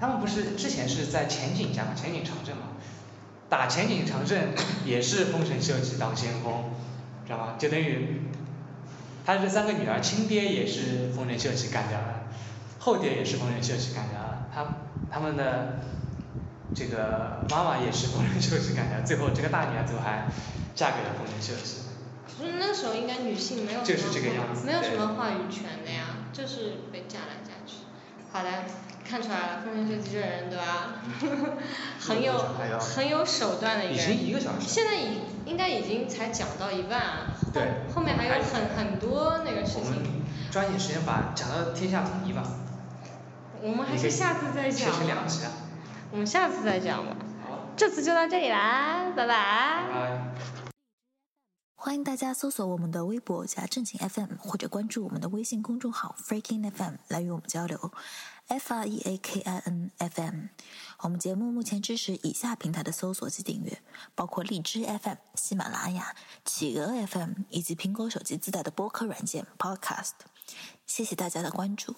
Speaker 2: 他们不是之前是在前景家嘛，前景长政嘛，打前景长政 也是丰臣秀吉当先锋，知道吗？就等于他这三个女儿亲爹也是丰臣秀吉干掉的，后爹也是丰臣秀吉干掉的，他他们的这个妈妈也是丰臣秀吉干掉的，最后这个大女儿最后还嫁给了丰臣秀吉。
Speaker 1: 可是那时候应该女性没有什
Speaker 2: 就
Speaker 1: 么
Speaker 2: 是这个样子
Speaker 1: 没有
Speaker 2: 对
Speaker 1: 什么话语权的呀，就是被嫁来嫁去。好的，看出来了，丰臣秀吉这人对吧？ 很有
Speaker 2: 还有
Speaker 1: 很有手段的一
Speaker 2: 嗯已
Speaker 1: 个
Speaker 2: 经
Speaker 1: 人。
Speaker 2: 一个小时，
Speaker 1: 现在已应该已经才讲到一半啊，后
Speaker 2: 对
Speaker 1: 后面还有很很多那个事
Speaker 2: 我们
Speaker 1: 情，
Speaker 2: 抓紧时间把讲到天下统一吧，
Speaker 1: 我们还是下次再
Speaker 2: 切
Speaker 1: 讲
Speaker 2: 成
Speaker 1: 吧
Speaker 2: 两。集啊。
Speaker 1: 我们下次再讲吧，
Speaker 2: 好，
Speaker 4: 这次就到这里啦，拜拜
Speaker 2: 拜拜。
Speaker 5: 欢迎大家搜索我们的微博加正经 FM，或者关注我们的微信公众号 Freaking FM 来与我们交流。F R E A K I N F M，我们节目目前支持以下平台的搜索及订阅，包括荔枝 FM、喜马拉雅、企鹅 FM 以及苹果手机自带的播客软件 Podcast。谢谢大家的关注。